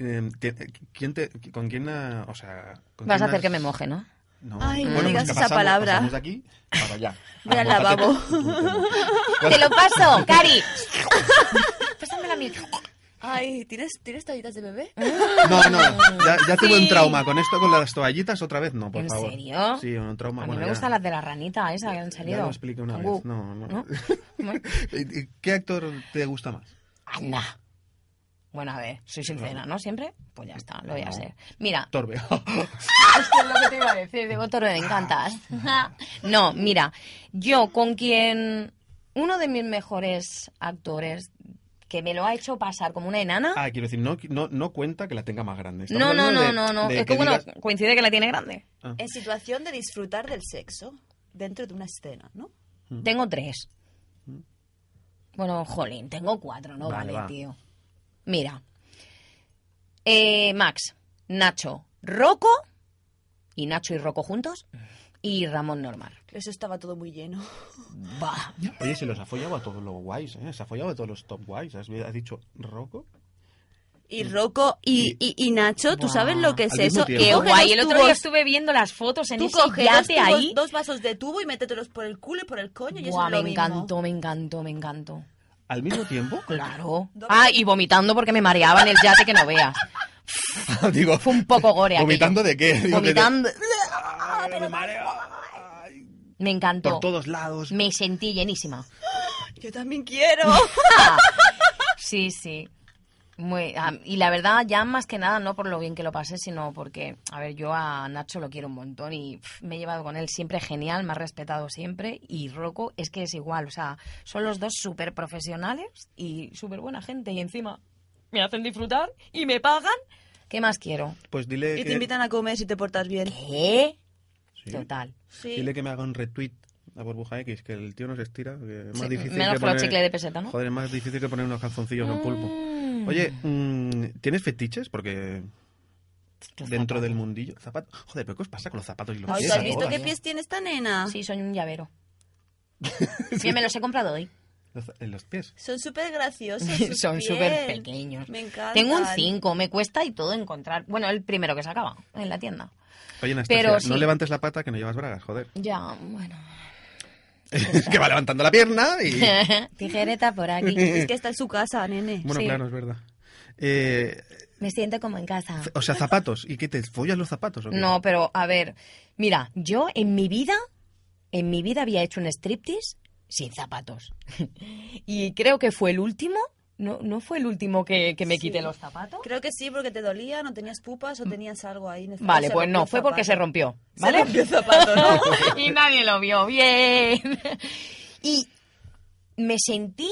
A: eh, ¿qué- ¿quién te, ¿con quién, ah, o sea, con
C: Vas a
A: quién
C: hacer
A: has-
C: que me moje, ¿no?
A: No,
B: Ay, no
A: pues
B: digas
A: que
B: esa
A: pasamos-
B: palabra.
A: pasamos de aquí para allá.
B: Ve al
A: Mójate
B: lavabo.
A: tú, tú, tú.
C: ¡Te lo paso, Cari! Pásamela a mí.
D: Ay, ¿tienes, ¿tienes toallitas de
C: Mm.
D: bebé?
A: No, no, ya, ya tuve
C: Sí.
A: un trauma con esto, con las toallitas, otra vez no, por
C: ¿En
A: favor.
C: serio?
A: Sí, un trauma.
C: A mí
A: bueno,
C: me
A: ya.
C: gustan las de la ranita esa que han salido.
A: Ya lo expliqué una
C: Agu.
A: vez. No, no.
C: Bueno,
A: ¿Y- y ¿Qué actor te gusta más?
C: Anda. Bueno, a ver, soy sincera, ¿no? Siempre. Pues ya está, lo voy a
A: No.
C: ser. Mira,
A: Torbe.
C: Esto es lo que te iba a decir, digo, Toro, me encantas. No, mira, yo con quien uno de mis mejores actores que me lo ha hecho pasar como una enana.
A: ah, quiero decir, no, no, no cuenta que la tenga más grande. Estamos
C: No, no,
A: hablando
C: no,
A: de-
C: no, no.
A: de
C: Es que bueno,
A: digas-
C: coincide que la tiene grande.
A: Ah.
D: En situación de disfrutar del sexo dentro de una escena, ¿no?
C: Tengo tres. Bueno, jolín, tengo cuatro, no
A: Vale,
C: vale,
A: va.
C: tío. Mira. Eh, Max, Nacho, Rocco y Nacho y Rocco juntos y Ramón Normal.
D: Eso estaba todo muy lleno.
C: Bah.
A: Oye, se los ha follado a todos los guays, ¿eh? Se ha follado a todos los top guays. ¿Has, has dicho Rocco?
B: Y Rocco y, y, y Nacho, ¿tú
C: Buah.
B: sabes lo que es
A: Al mismo
B: eso?
A: tiempo.
C: Qué
B: Coge
C: guay.
B: dos
C: El otro
B: tubos-
C: día estuve viendo las fotos en
B: Tú
C: ese
B: coges dos,
C: yate
B: tubos-
C: ahí.
B: dos vasos de tubo y métetelos por el culo y por el coño y eso
C: Buah,
B: es
C: me
B: lo mismo.
C: encantó, me encantó, me encantó.
A: ¿Al mismo tiempo?
C: Claro. Ah, y vomitando porque me mareaba en el yate que no veas.
A: Digo,
C: Fue un poco gore aquello.
A: ¿Vomitando de qué? Digo, que-
C: Vomitando.
A: Ah, me mareo.
C: Me encantó.
A: Por todos lados.
C: Me sentí llenísima.
D: Yo también quiero.
C: Sí, sí. Muy, ah, y la verdad, ya más que nada, no por lo bien que lo pasé, sino porque, a ver, yo a Nacho lo quiero un montón y pf, me he llevado con él siempre genial, me ha respetado siempre. Y Rocco es que es igual, o sea, son los dos súper profesionales y súper buena gente. Y encima me hacen disfrutar y me pagan. ¿Qué más quiero?
A: Pues dile
D: Y
A: que...
D: te invitan a comer si te portas bien.
C: ¿Qué?
A: Sí.
C: Total.
A: Dile que me haga un retweet a Burbuja X, que el tío nos estira. Que es más
C: Sí,
A: difícil
C: menos
A: que
C: por los
A: poner-
C: chicles de peseta, ¿no?
A: Joder, es más difícil que poner unos calzoncillos en pulpo.
C: Mm.
A: Oye, mm, ¿tienes fetiches? Porque dentro del mundillo... zapatos Joder, ¿pero qué os pasa con los zapatos y los
B: Ay,
A: pies?
B: ¿tú has
A: a
B: visto
A: todas?
B: qué pies tiene esta nena?
C: Sí, soy un llavero. Sí, me los he comprado hoy.
A: Los- en los pies.
B: Son súper graciosos. sus
C: Son
B: pies.
C: súper pequeños.
B: Me encantan.
C: Tengo un 5, me cuesta y todo encontrar. Bueno, el primero que se acaba en la tienda.
A: Oye, Anastasia,
C: Pero
A: no
C: sí.
A: levantes la pata que no llevas bragas, joder.
C: Ya, Ah, bueno.
A: Es que va levantando la pierna y...
C: Tijereta por
B: Es
C: aquí.
B: que está en su casa, nene.
A: Bueno,
C: Sí.
A: claro, es verdad. Eh,
C: Me siento como en casa.
A: o sea, zapatos. ¿Y qué te follas los zapatos? o qué?
C: No, pero a ver, mira, yo en mi vida, en mi vida había hecho un striptease sin zapatos. Y creo que fue el último, no, no fue el último que, que me quité los zapatos.
D: Creo que sí, porque te dolía, no tenías pupas o tenías algo ahí.
C: Mm. Vale, pues no, fue porque se rompió. ¿Vale?
D: rompió el zapato, ¿no?
C: y nadie lo vio bien. Y me sentí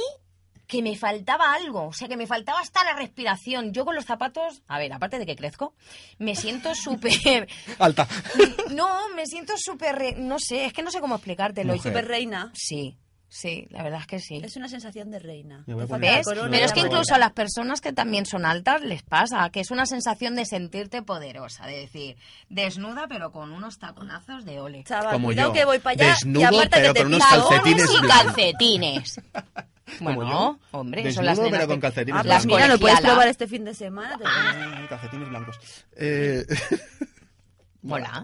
C: que me faltaba algo, o sea, que me faltaba hasta la respiración. Yo con los zapatos, a ver, aparte de que crezco, me siento súper...
A: Alta.
C: No, me siento súper... re- No sé, es que no sé cómo explicártelo.
A: Mujer.
D: Súper Pues reina.
C: Sí, Sí, la verdad es que sí.
D: Es una sensación de reina.
A: Me voy a
D: Te
A: poner-
D: falta la
C: ¿Ves?
D: corona
C: Pero
D: y
C: es
D: la
C: que
A: Ahora.
C: incluso
D: corona.
C: a las personas que también son altas les pasa, que es una sensación de sentirte poderosa, de decir, desnuda pero con unos taconazos de ole.
D: Chaval,
A: Como
D: cuidado
A: yo.
D: que voy para allá.
A: Desnudo,
D: y aparte
A: pero
D: que te
A: con unos
D: pico.
A: calcetines.
C: Tacones y
A: blancos.
C: calcetines. Bueno,
A: yo.
C: hombre,
A: Desnudo,
C: son las nenas
A: pero con
C: que-
A: calcetines
D: Ah, pues
C: las
D: mira, lo puedes
C: colegiala.
D: probar este fin de semana. te pones-
A: Mm, Calcetines blancos. Eh,
C: Mola.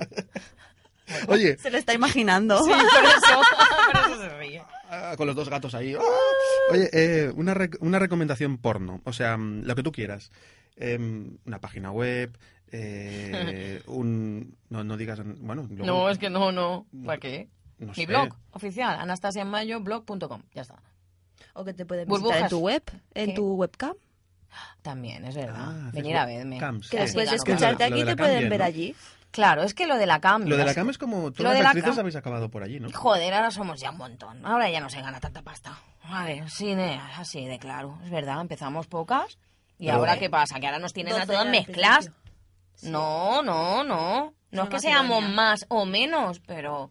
A: Oye,
B: Se lo está imaginando.
C: Por eso, por eso se ríe.
A: ah, con los dos gatos ahí. ¡ah! Oye, eh, una, rec- una recomendación porno. O sea, mm, lo que tú quieras. Em, una página web. eh, un. No, no digas. Bueno, luego-
C: No, es que no, no. ¿Para qué?
A: No
C: Mi
A: sé.
C: blog oficial, anastasiamayoblog.com. Ya está.
D: O que te pueden
C: Burbujas.
D: visitar
B: en tu web, en
C: ¿Qué?
B: tu webcam.
C: También, es verdad.
A: Ah, haces
C: Venir a
A: web-
C: verme.
A: cams.
D: Que
A: Sí,
D: después de
A: claro, claro.
D: escucharte
A: Lo de
D: aquí
A: la
D: te
A: cambian,
D: pueden ver
A: ¿no?
D: allí.
C: Claro, es que lo de la cam.
A: Lo de la cama es como.
C: Lo
A: Todas
C: de
A: las
C: la
A: actrices
C: cama.
A: habéis acabado por allí, ¿no?
C: Joder, ahora somos ya un montón. Ahora ya no se gana tanta pasta. A ver, sí, ne- así de claro. Es verdad, empezamos pocas. ¿Y
A: Pero-
C: ahora qué pasa? ¿Que ahora nos tienen a
D: 12
C: todas
D: al
C: mezclas?
D: principio.
C: No, no, no. No
D: una
C: es que seamos
D: Macedonia.
C: más o menos, pero...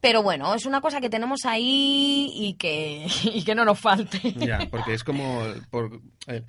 C: Pero bueno, es una cosa que tenemos ahí y que, y que no nos falte.
A: Ya, porque es como. por- eh,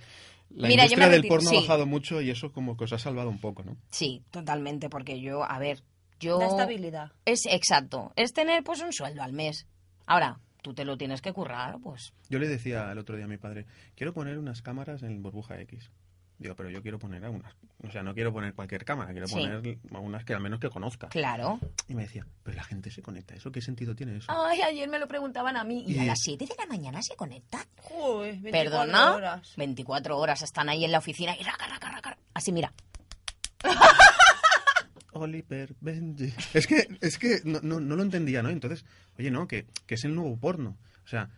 A: la
C: Mira, yo
A: industria
C: me
A: del
C: retiro,
A: porno
C: sí.
A: ha bajado mucho y eso como que os ha salvado un poco, ¿no?
C: Sí, totalmente, porque yo, a ver, yo...
D: La estabilidad.
C: Es exacto, es tener pues un sueldo al mes. Ahora, tú te lo tienes que currar, pues
A: Yo le decía el otro día a mi padre, quiero poner unas cámaras en Burbuja X. Digo, pero yo quiero poner algunas. O sea, no quiero poner cualquier cámara, quiero
C: Sí.
A: poner algunas que al menos que conozca.
C: claro.
A: Y me decía, pero la gente se conecta, ¿eso qué sentido tiene eso?
C: Ay, ayer me lo preguntaban a mí. ¿Y a
A: Y-
C: las 7 de la mañana se conectan?
D: Joder, 24
C: Perdona,
D: horas.
C: 24 horas están ahí en la oficina y raca, raca, raca. Así, mira.
A: Oliver Benji. Es que, es que no, no, no lo entendía, ¿no? Entonces, oye, no, que, que es el nuevo porno. O sea,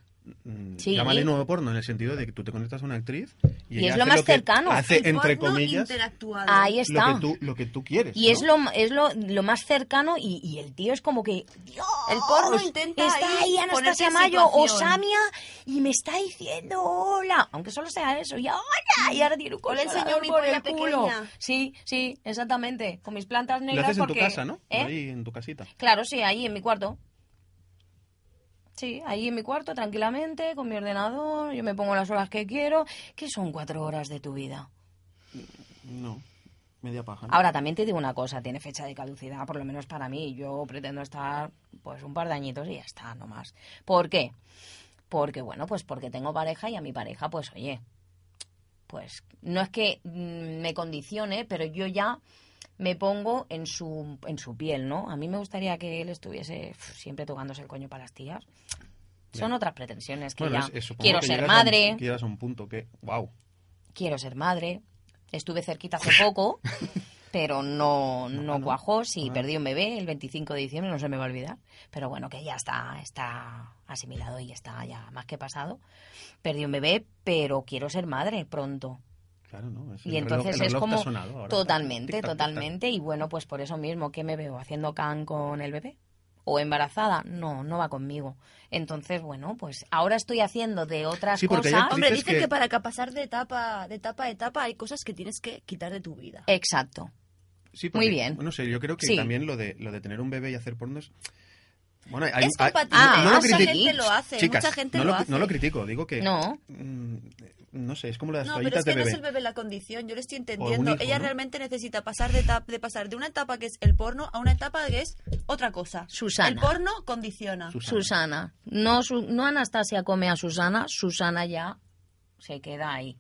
A: mm,
C: Sí.
A: llámale nuevo porno en el sentido de que tú te conectas a una actriz y,
C: Y
A: ella
C: es lo
A: hace
C: más
A: que
C: cercano.
A: Hace,
D: El
A: entre
D: porno
A: comillas,
D: interactuado.
C: Ahí
A: lo
C: está.
A: que, tú, lo que tú quieres.
C: Y es,
A: ¿no?
C: lo, es lo, lo más cercano y, y el tío es como que... Dios,
D: El porno intenta
C: Está ahí
D: ahí ponerte
C: Anastasia
D: en
C: Mayo o
D: situación.
C: Samia y me está diciendo hola. Aunque solo sea eso. Y hola. Y ahora tiene un
D: Hola,
C: consolador
D: enseñó mi
C: por
D: polla
C: el culo.
D: pequeña.
C: Sí, sí, exactamente. Con mis plantas
A: Lo
C: negras
A: haces en tu
C: porque-
A: casa, ¿no?
C: ¿Eh?
A: Ahí en tu casita.
C: Claro, sí, ahí en mi cuarto. Sí, ahí en mi cuarto, tranquilamente, con mi ordenador, yo me pongo las horas que quiero, que son cuatro horas de tu vida.
A: No, media paja. ¿no?
C: Ahora, también te digo una cosa, tiene fecha de caducidad, por lo menos para mí. Yo pretendo estar, pues, un par de añitos y ya está, no más. ¿Por qué? Porque, bueno, pues porque tengo pareja y a mi pareja, pues, oye, pues, no es que mm, me condicione, pero yo ya me pongo en su, en su piel, ¿no? A mí me gustaría que él estuviese uf, siempre tocándose el coño para las tías. Son otras pretensiones que
A: Bueno,
C: ya...
A: es- es- supongo
C: quiero
A: que
C: ser
A: llegas a un-
C: madre,
A: que llegas a un punto que, wow.
C: quiero ser madre. Estuve cerquita hace poco, pero no, no cuajó. Sí,
A: Ah.
C: perdí un bebé el 25 de diciembre, no se me va a olvidar. Pero bueno, que ya está, está asimilado y está ya más que pasado. Perdí un bebé, pero quiero ser madre pronto.
A: Claro, ¿no? Es
C: Y
A: el reloj-
C: entonces
A: el
C: es
A: reloj te ha
C: como
A: sonado ahora.
C: totalmente,
A: Tic-tac, tic-tac.
C: totalmente. Y bueno, pues por eso mismo, ¿qué me veo? ¿Haciendo can con el bebé? ¿O embarazada? No, no va conmigo. Entonces, bueno, pues ahora estoy haciendo de otras
A: Sí, porque hay
C: cosas.
D: Ah, Hombre,
A: Dices
D: dicen
A: que-
D: que... para ca- pasar de etapa, de etapa a etapa hay cosas que tienes que quitar de tu vida.
C: Exacto.
A: Sí,
C: Muy bien.
A: No sé, yo creo que
C: Sí.
A: también lo de, lo de tener un bebé y hacer pornos. Bueno, hay,
D: Es
A: hay-
D: compatible.
C: Ah,
A: lo
C: mucha
A: critico.
D: gente lo hace,
A: Chicas,
D: mucha gente
A: no
D: lo
A: cri-
D: hace.
A: No lo critico, digo que.
C: No.
A: mm, no sé, es como las
D: No, pero
A: toallitas
D: es que
A: de
D: no es
A: bebé.
D: el bebé la condición, yo le estoy
A: un
D: entendiendo.
A: hijo,
D: Ella
A: ¿no?
D: realmente necesita pasar de, etapa- de pasar de una etapa que es el porno a una etapa que es otra cosa.
C: Susana.
D: El porno condiciona.
C: Susana. No, Su- no Anastasia come a Susana, Susana ya se queda ahí.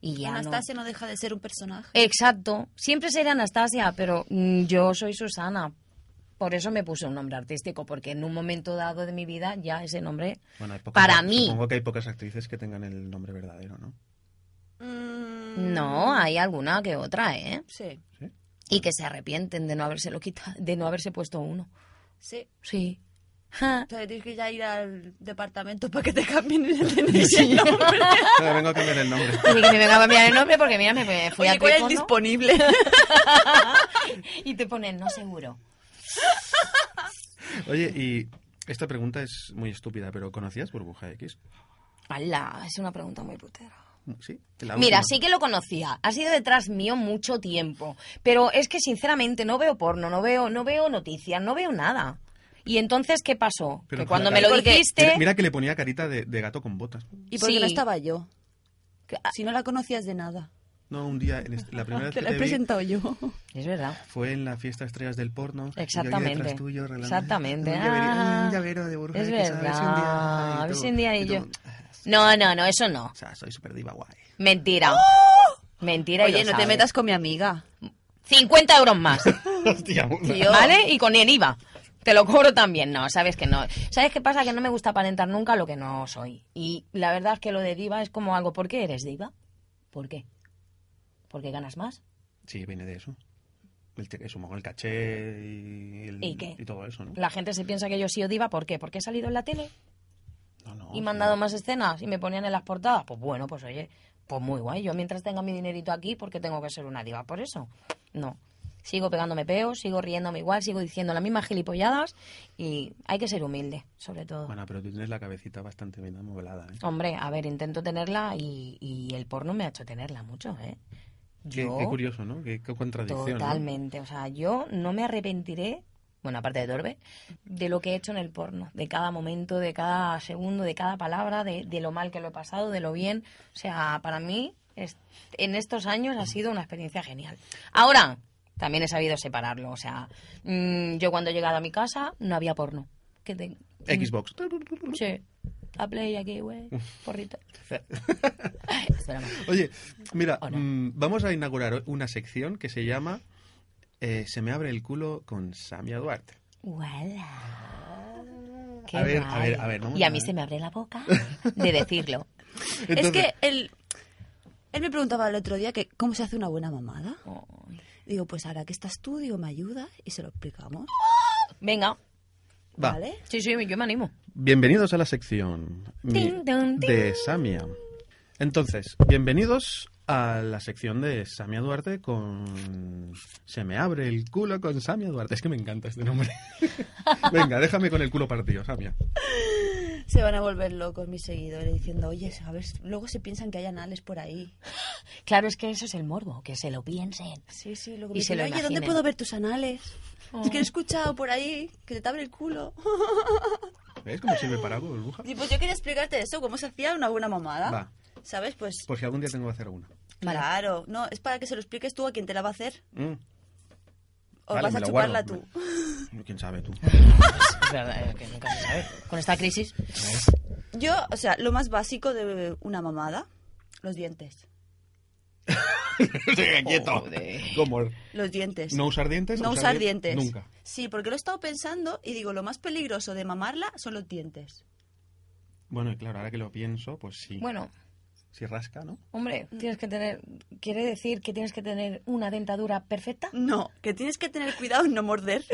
C: Y ya
D: Anastasia no deja de ser un personaje.
C: no. Exacto. Siempre seré Anastasia, pero mm, yo soy Susana. Por eso me puse un nombre artístico, porque en un momento dado de mi vida ya ese nombre
A: Bueno, hay pocas-
C: para mí.
A: Supongo que hay pocas actrices que tengan el nombre verdadero, ¿no?
D: Mm,
C: No, hay alguna que otra, ¿eh?
D: Sí,
A: Sí.
C: Y que se arrepienten de no haberse de no haberse puesto uno.
D: sí.
C: Sí. Ja.
D: Entonces tienes que ya ir al departamento para que te cambien el sí.
A: Pero vengo a cambiar el nombre.
C: Y que me venga a cambiar el nombre porque mira, me me fui a
D: Oye, ¿cuál es el
C: Trifono.
D: disponible?
C: y te ponen no seguro.
A: Oye, y esta pregunta es muy estúpida, pero ¿conocías Burbuja X?
C: Ala, es una pregunta muy putera.
A: Sí. la
C: Mira,
A: última.
C: sí que lo conocía. Ha sido detrás mío mucho tiempo. Pero es que sinceramente no veo porno, no veo, no veo noticias, no veo nada. Y entonces, ¿qué pasó?
A: Pero
C: que cuando
A: mira,
C: me lo
B: porque-
C: dijiste...
A: Mira, mira que le ponía carita de, de gato con botas.
B: ¿Y por qué
C: Sí.
B: no estaba yo?
C: Que- ah,
B: Si no la conocías de nada.
A: No, un día, el est- la primera vez
B: Te
A: que
B: la he
A: te vi
B: presentado yo.
C: Es verdad.
A: fue en la fiesta de estrellas del porno. y yo ahí
C: Exactamente.
A: detrás tuyo, arreglando-
C: Exactamente.
A: Un llaveri-
C: Ah,
A: un llavero de bruja.
C: es
A: que sabe,
C: verdad.
A: ¿eh?
C: A ver si un día y
A: tú-
C: yo-
A: tú, ah,
C: No, no, no, eso no.
A: O sea, soy super diva guay.
C: Mentira. Mentira. y
B: ¡Oh! Oye,
C: lo
B: no te
C: sabes.
B: metas con mi amiga.
C: 50 euros más.
A: Hostia, una-
C: ¿Vale? Y con el IVA. Te lo cobro también, no, sabes que no. ¿Sabes qué pasa? Que no me gusta aparentar nunca lo que no soy. Y la verdad es que lo de diva es como algo, ¿por qué eres diva? ¿Por qué? ¿Porque ganas más?
A: Sí, viene de eso. El, te- eso, el caché y, el-
C: ¿Y qué?
A: todo eso, ¿no?
C: La gente se piensa que yo he sido diva, ¿por qué? ¿Porque he salido en la tele
A: No, no,
C: y
A: sí,
C: me han dado más escenas y me ponían en las portadas? Pues bueno, pues oye, pues muy guay. Yo mientras tenga mi dinerito aquí, porque tengo que ser una diva por eso? No. Sigo pegándome peos, sigo riéndome igual, sigo diciendo las mismas gilipolladas y hay que ser humilde, sobre todo.
A: Bueno, pero tú tienes la cabecita bastante bien amoblada, ¿eh?
C: Hombre, a ver, intento tenerla y, y el porno me ha hecho tenerla mucho, ¿eh?
A: Qué,
C: Yo,
A: qué curioso, ¿no? Qué, qué contradicción. ¿no?
C: totalmente. O sea, yo no me arrepentiré, bueno, aparte de Torbe, de lo que he hecho en el porno, de cada momento, de cada segundo, de cada palabra, de, de lo mal que lo he pasado, de lo bien. O sea, para mí, es- en estos años ha sido una experiencia genial. Ahora, también he sabido separarlo. O sea, mm, yo cuando he llegado a mi casa no había porno. Que te,
A: Xbox.
C: Sí. A play aquí, güey. Porrito. Ay, esto era mal.
A: Oye, mira,
C: Hola.
A: mm, vamos a inaugurar una sección que se llama eh, Se me abre el culo con Samia Duarte.
C: Guala. Qué
A: A ver, a
C: guay.
A: ver, a ver, vamos
C: y
A: a
C: a mí
A: ver.
C: se me abre la boca de decirlo.
A: Entonces,
B: Es que él, él me preguntaba el otro día que cómo se hace una buena mamada.
C: Ay.
B: Digo, pues ahora que estás tú, digo, me ayudas y se lo explicamos.
C: Venga.
A: va.
B: ¿Vale?
C: Sí, sí, yo me animo.
A: Bienvenidos a la sección mi-
C: Ting, dong, ting.
A: de Samia. Entonces, bienvenidos a la sección de Samia Duarte con... Se me abre el culo con Samia Duarte. Es que me encanta este nombre. Venga, déjame con el culo partido, Samia.
B: Se van a volver locos mis seguidores diciendo, oye, a ver, luego se piensan que hay anales por ahí.
C: Claro, es que eso es el morbo, que se lo piensen.
B: Sí, sí, luego
C: Y
B: me
C: se
B: dicen,
C: lo
B: oye, ¿dónde
C: imaginen.
B: puedo ver tus anales? Es que he escuchado por ahí que te abre el culo.
A: ¿Ves cómo sirve para algo, burbuja?
B: Y pues yo quería explicarte eso, cómo se hacía una buena mamada.
A: Va.
B: ¿Sabes? Pues
A: Por si algún día tengo que hacer una.
B: claro. No, es para que se lo expliques tú a quien te la va a hacer.
A: Mm.
B: O
A: Vale,
B: vas
A: me
B: a
A: la
B: chuparla
A: guardo.
B: tú.
A: ¿Quién sabe tú?
C: Es verdad, es que nunca se sabe. Con esta crisis.
B: Yo, o sea, lo más básico de una mamada, los dientes.
A: Quieto. ¿Cómo?
B: Los dientes.
A: ¿No usar dientes?
B: No usar dientes.
A: Nunca.
B: Sí, porque lo he estado pensando y digo, lo más peligroso de mamarla son los dientes.
A: Bueno, y claro, ahora que lo pienso, pues sí.
C: Bueno,
A: Si rasca, ¿no?
C: hombre, tienes que tener. ¿Quiere decir que tienes que tener una dentadura perfecta?
B: No, que tienes que tener cuidado en no morder.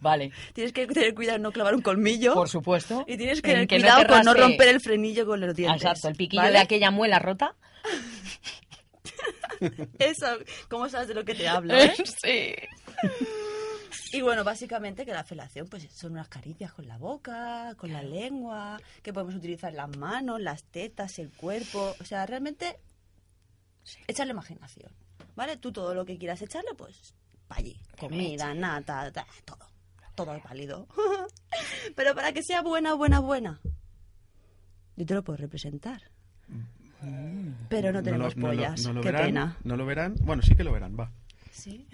C: Vale.
B: tienes que tener cuidado en no clavar un colmillo.
C: Por supuesto.
B: Y tienes que
C: En
B: tener
C: que no
B: cuidado
C: te
B: con no
C: raspe.
B: romper el frenillo con los dientes.
C: Exacto, el piquillo
B: ¿vale?
C: de aquella muela rota.
B: Eso, ¿cómo sabes de lo que te hablo? eh?
C: Sí.
B: Y bueno, básicamente que la felación pues son unas caricias con la boca, con la lengua, que podemos utilizar las manos, las tetas, el cuerpo, o sea, realmente echar la imaginación, ¿vale? Tú todo lo que quieras echarle, pues para allí, comida, nata, ta, todo, todo es válido. Pero para que sea buena, buena, buena, yo te lo puedo representar. Pero no tenemos
A: lo- lo-
B: pollas,
A: no lo
B: qué
A: verán,
B: pena.
A: No lo verán. Bueno, sí que lo verán, va.
B: ¿Sí?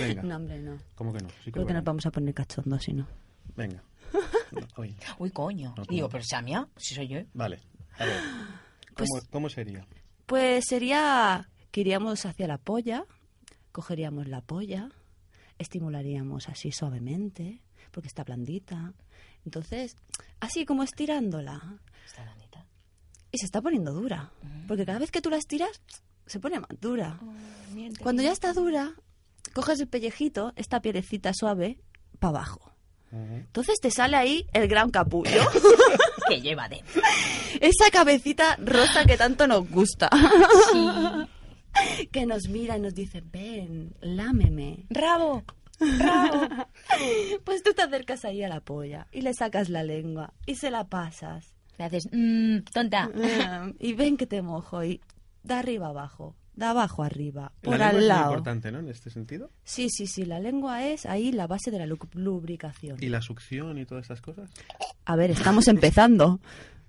A: Venga.
B: No, hombre, no.
A: ¿Cómo que no? Sí que
B: Creo
A: lo
B: que nos
A: verán.
B: vamos a poner cachondos, si no.
A: Venga. No, oye,
C: Uy, coño.
A: No, tú
C: Digo,
A: no.
C: pero Samia, si soy yo. ¿eh?
A: vale. A ver.
B: Pues-
A: ¿Cómo, cómo sería?
B: Pues sería que iríamos hacia la polla, cogeríamos la polla, estimularíamos así suavemente, porque está blandita. Entonces, así como estirándola.
C: Está bonita.
B: Y se está poniendo dura, porque cada vez que tú la estiras, se pone más dura.
C: Mm,
B: Cuando ya está dura, coges el pellejito, esta pielecita suave, para abajo. Entonces te sale ahí el gran capullo,
C: Que lleva de.
B: esa cabecita rosa que tanto nos gusta. que nos mira y nos dice, ven, lámeme.
C: Rabo. Rabo.
B: Pues tú te acercas ahí a la polla y le sacas la lengua y se la pasas.
C: Le haces, mmm, tonta.
A: Ah.
B: Mm, y ven que te mojo y de arriba abajo, de abajo arriba, por
A: la lengua
B: al
A: Es muy
B: lado.
A: importante, ¿no? En este sentido.
B: Sí, sí, sí, la lengua es ahí la base de la lu- lubricación.
A: Y la succión y todas estas cosas.
B: A ver, estamos empezando.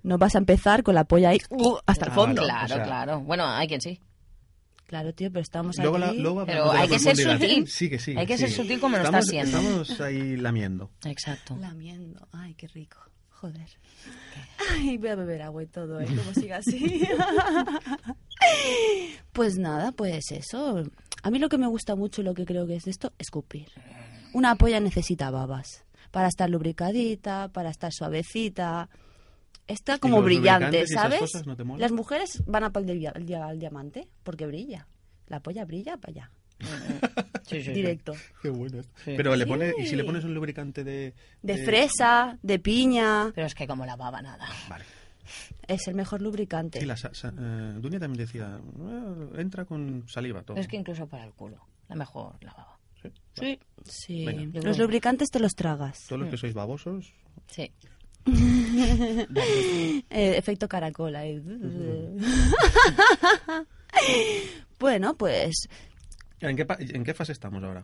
B: No vas a empezar con la polla ahí uh, hasta el
A: Ah,
B: fondo.
A: vale.
C: Claro,
A: o sea-
C: claro. Bueno, hay quien sí.
B: Claro, tío, pero estamos
A: Luego la-
B: aquí.
A: luego
C: Pero
A: hablamos de la
C: hay que ser
A: profundidad.
C: sutil.
A: Sigue, sigue,
C: Hay que ser
A: sigue.
C: sutil como lo está
A: Estamos-
C: haciendo.
A: Estamos ahí lamiendo.
C: Exacto.
B: Lamiendo. Ay, qué rico. Joder. Ay, voy a beber agua y todo, ¿eh? Como siga así. pues nada, pues eso. A mí lo que me gusta mucho y lo que creo que es de esto, escupir. Una polla necesita babas. Para estar lubricadita, para estar suavecita. Está como
A: los
B: brillante,
A: lubricantes y esas
B: ¿sabes?
A: cosas no te molan?
B: Las mujeres van a pa'l di- al di- al diamante porque brilla. La polla brilla para allá.
C: Sí, sí, sí.
B: Directo.
A: Qué bueno.
C: Sí.
A: Pero le pone, y si le pones un lubricante de...
B: De fresa, de piña.
C: Pero es que como la baba nada.
A: Vale.
B: Es el mejor lubricante.
A: Y la sa- sa- eh, Dunia también decía, "Ah, entra con saliva todo.
C: Es que incluso para el culo. La mejor la baba.
A: Sí.
C: Sí.
B: Sí,
A: Venga.
C: Yo creo
B: los
C: que-
B: lubricantes te los tragas.
A: Todos los que sois babosos,
C: Sí.
B: Eh, efecto caracola. eh. bueno, pues
A: ¿En qué, pa- en qué fase estamos ahora?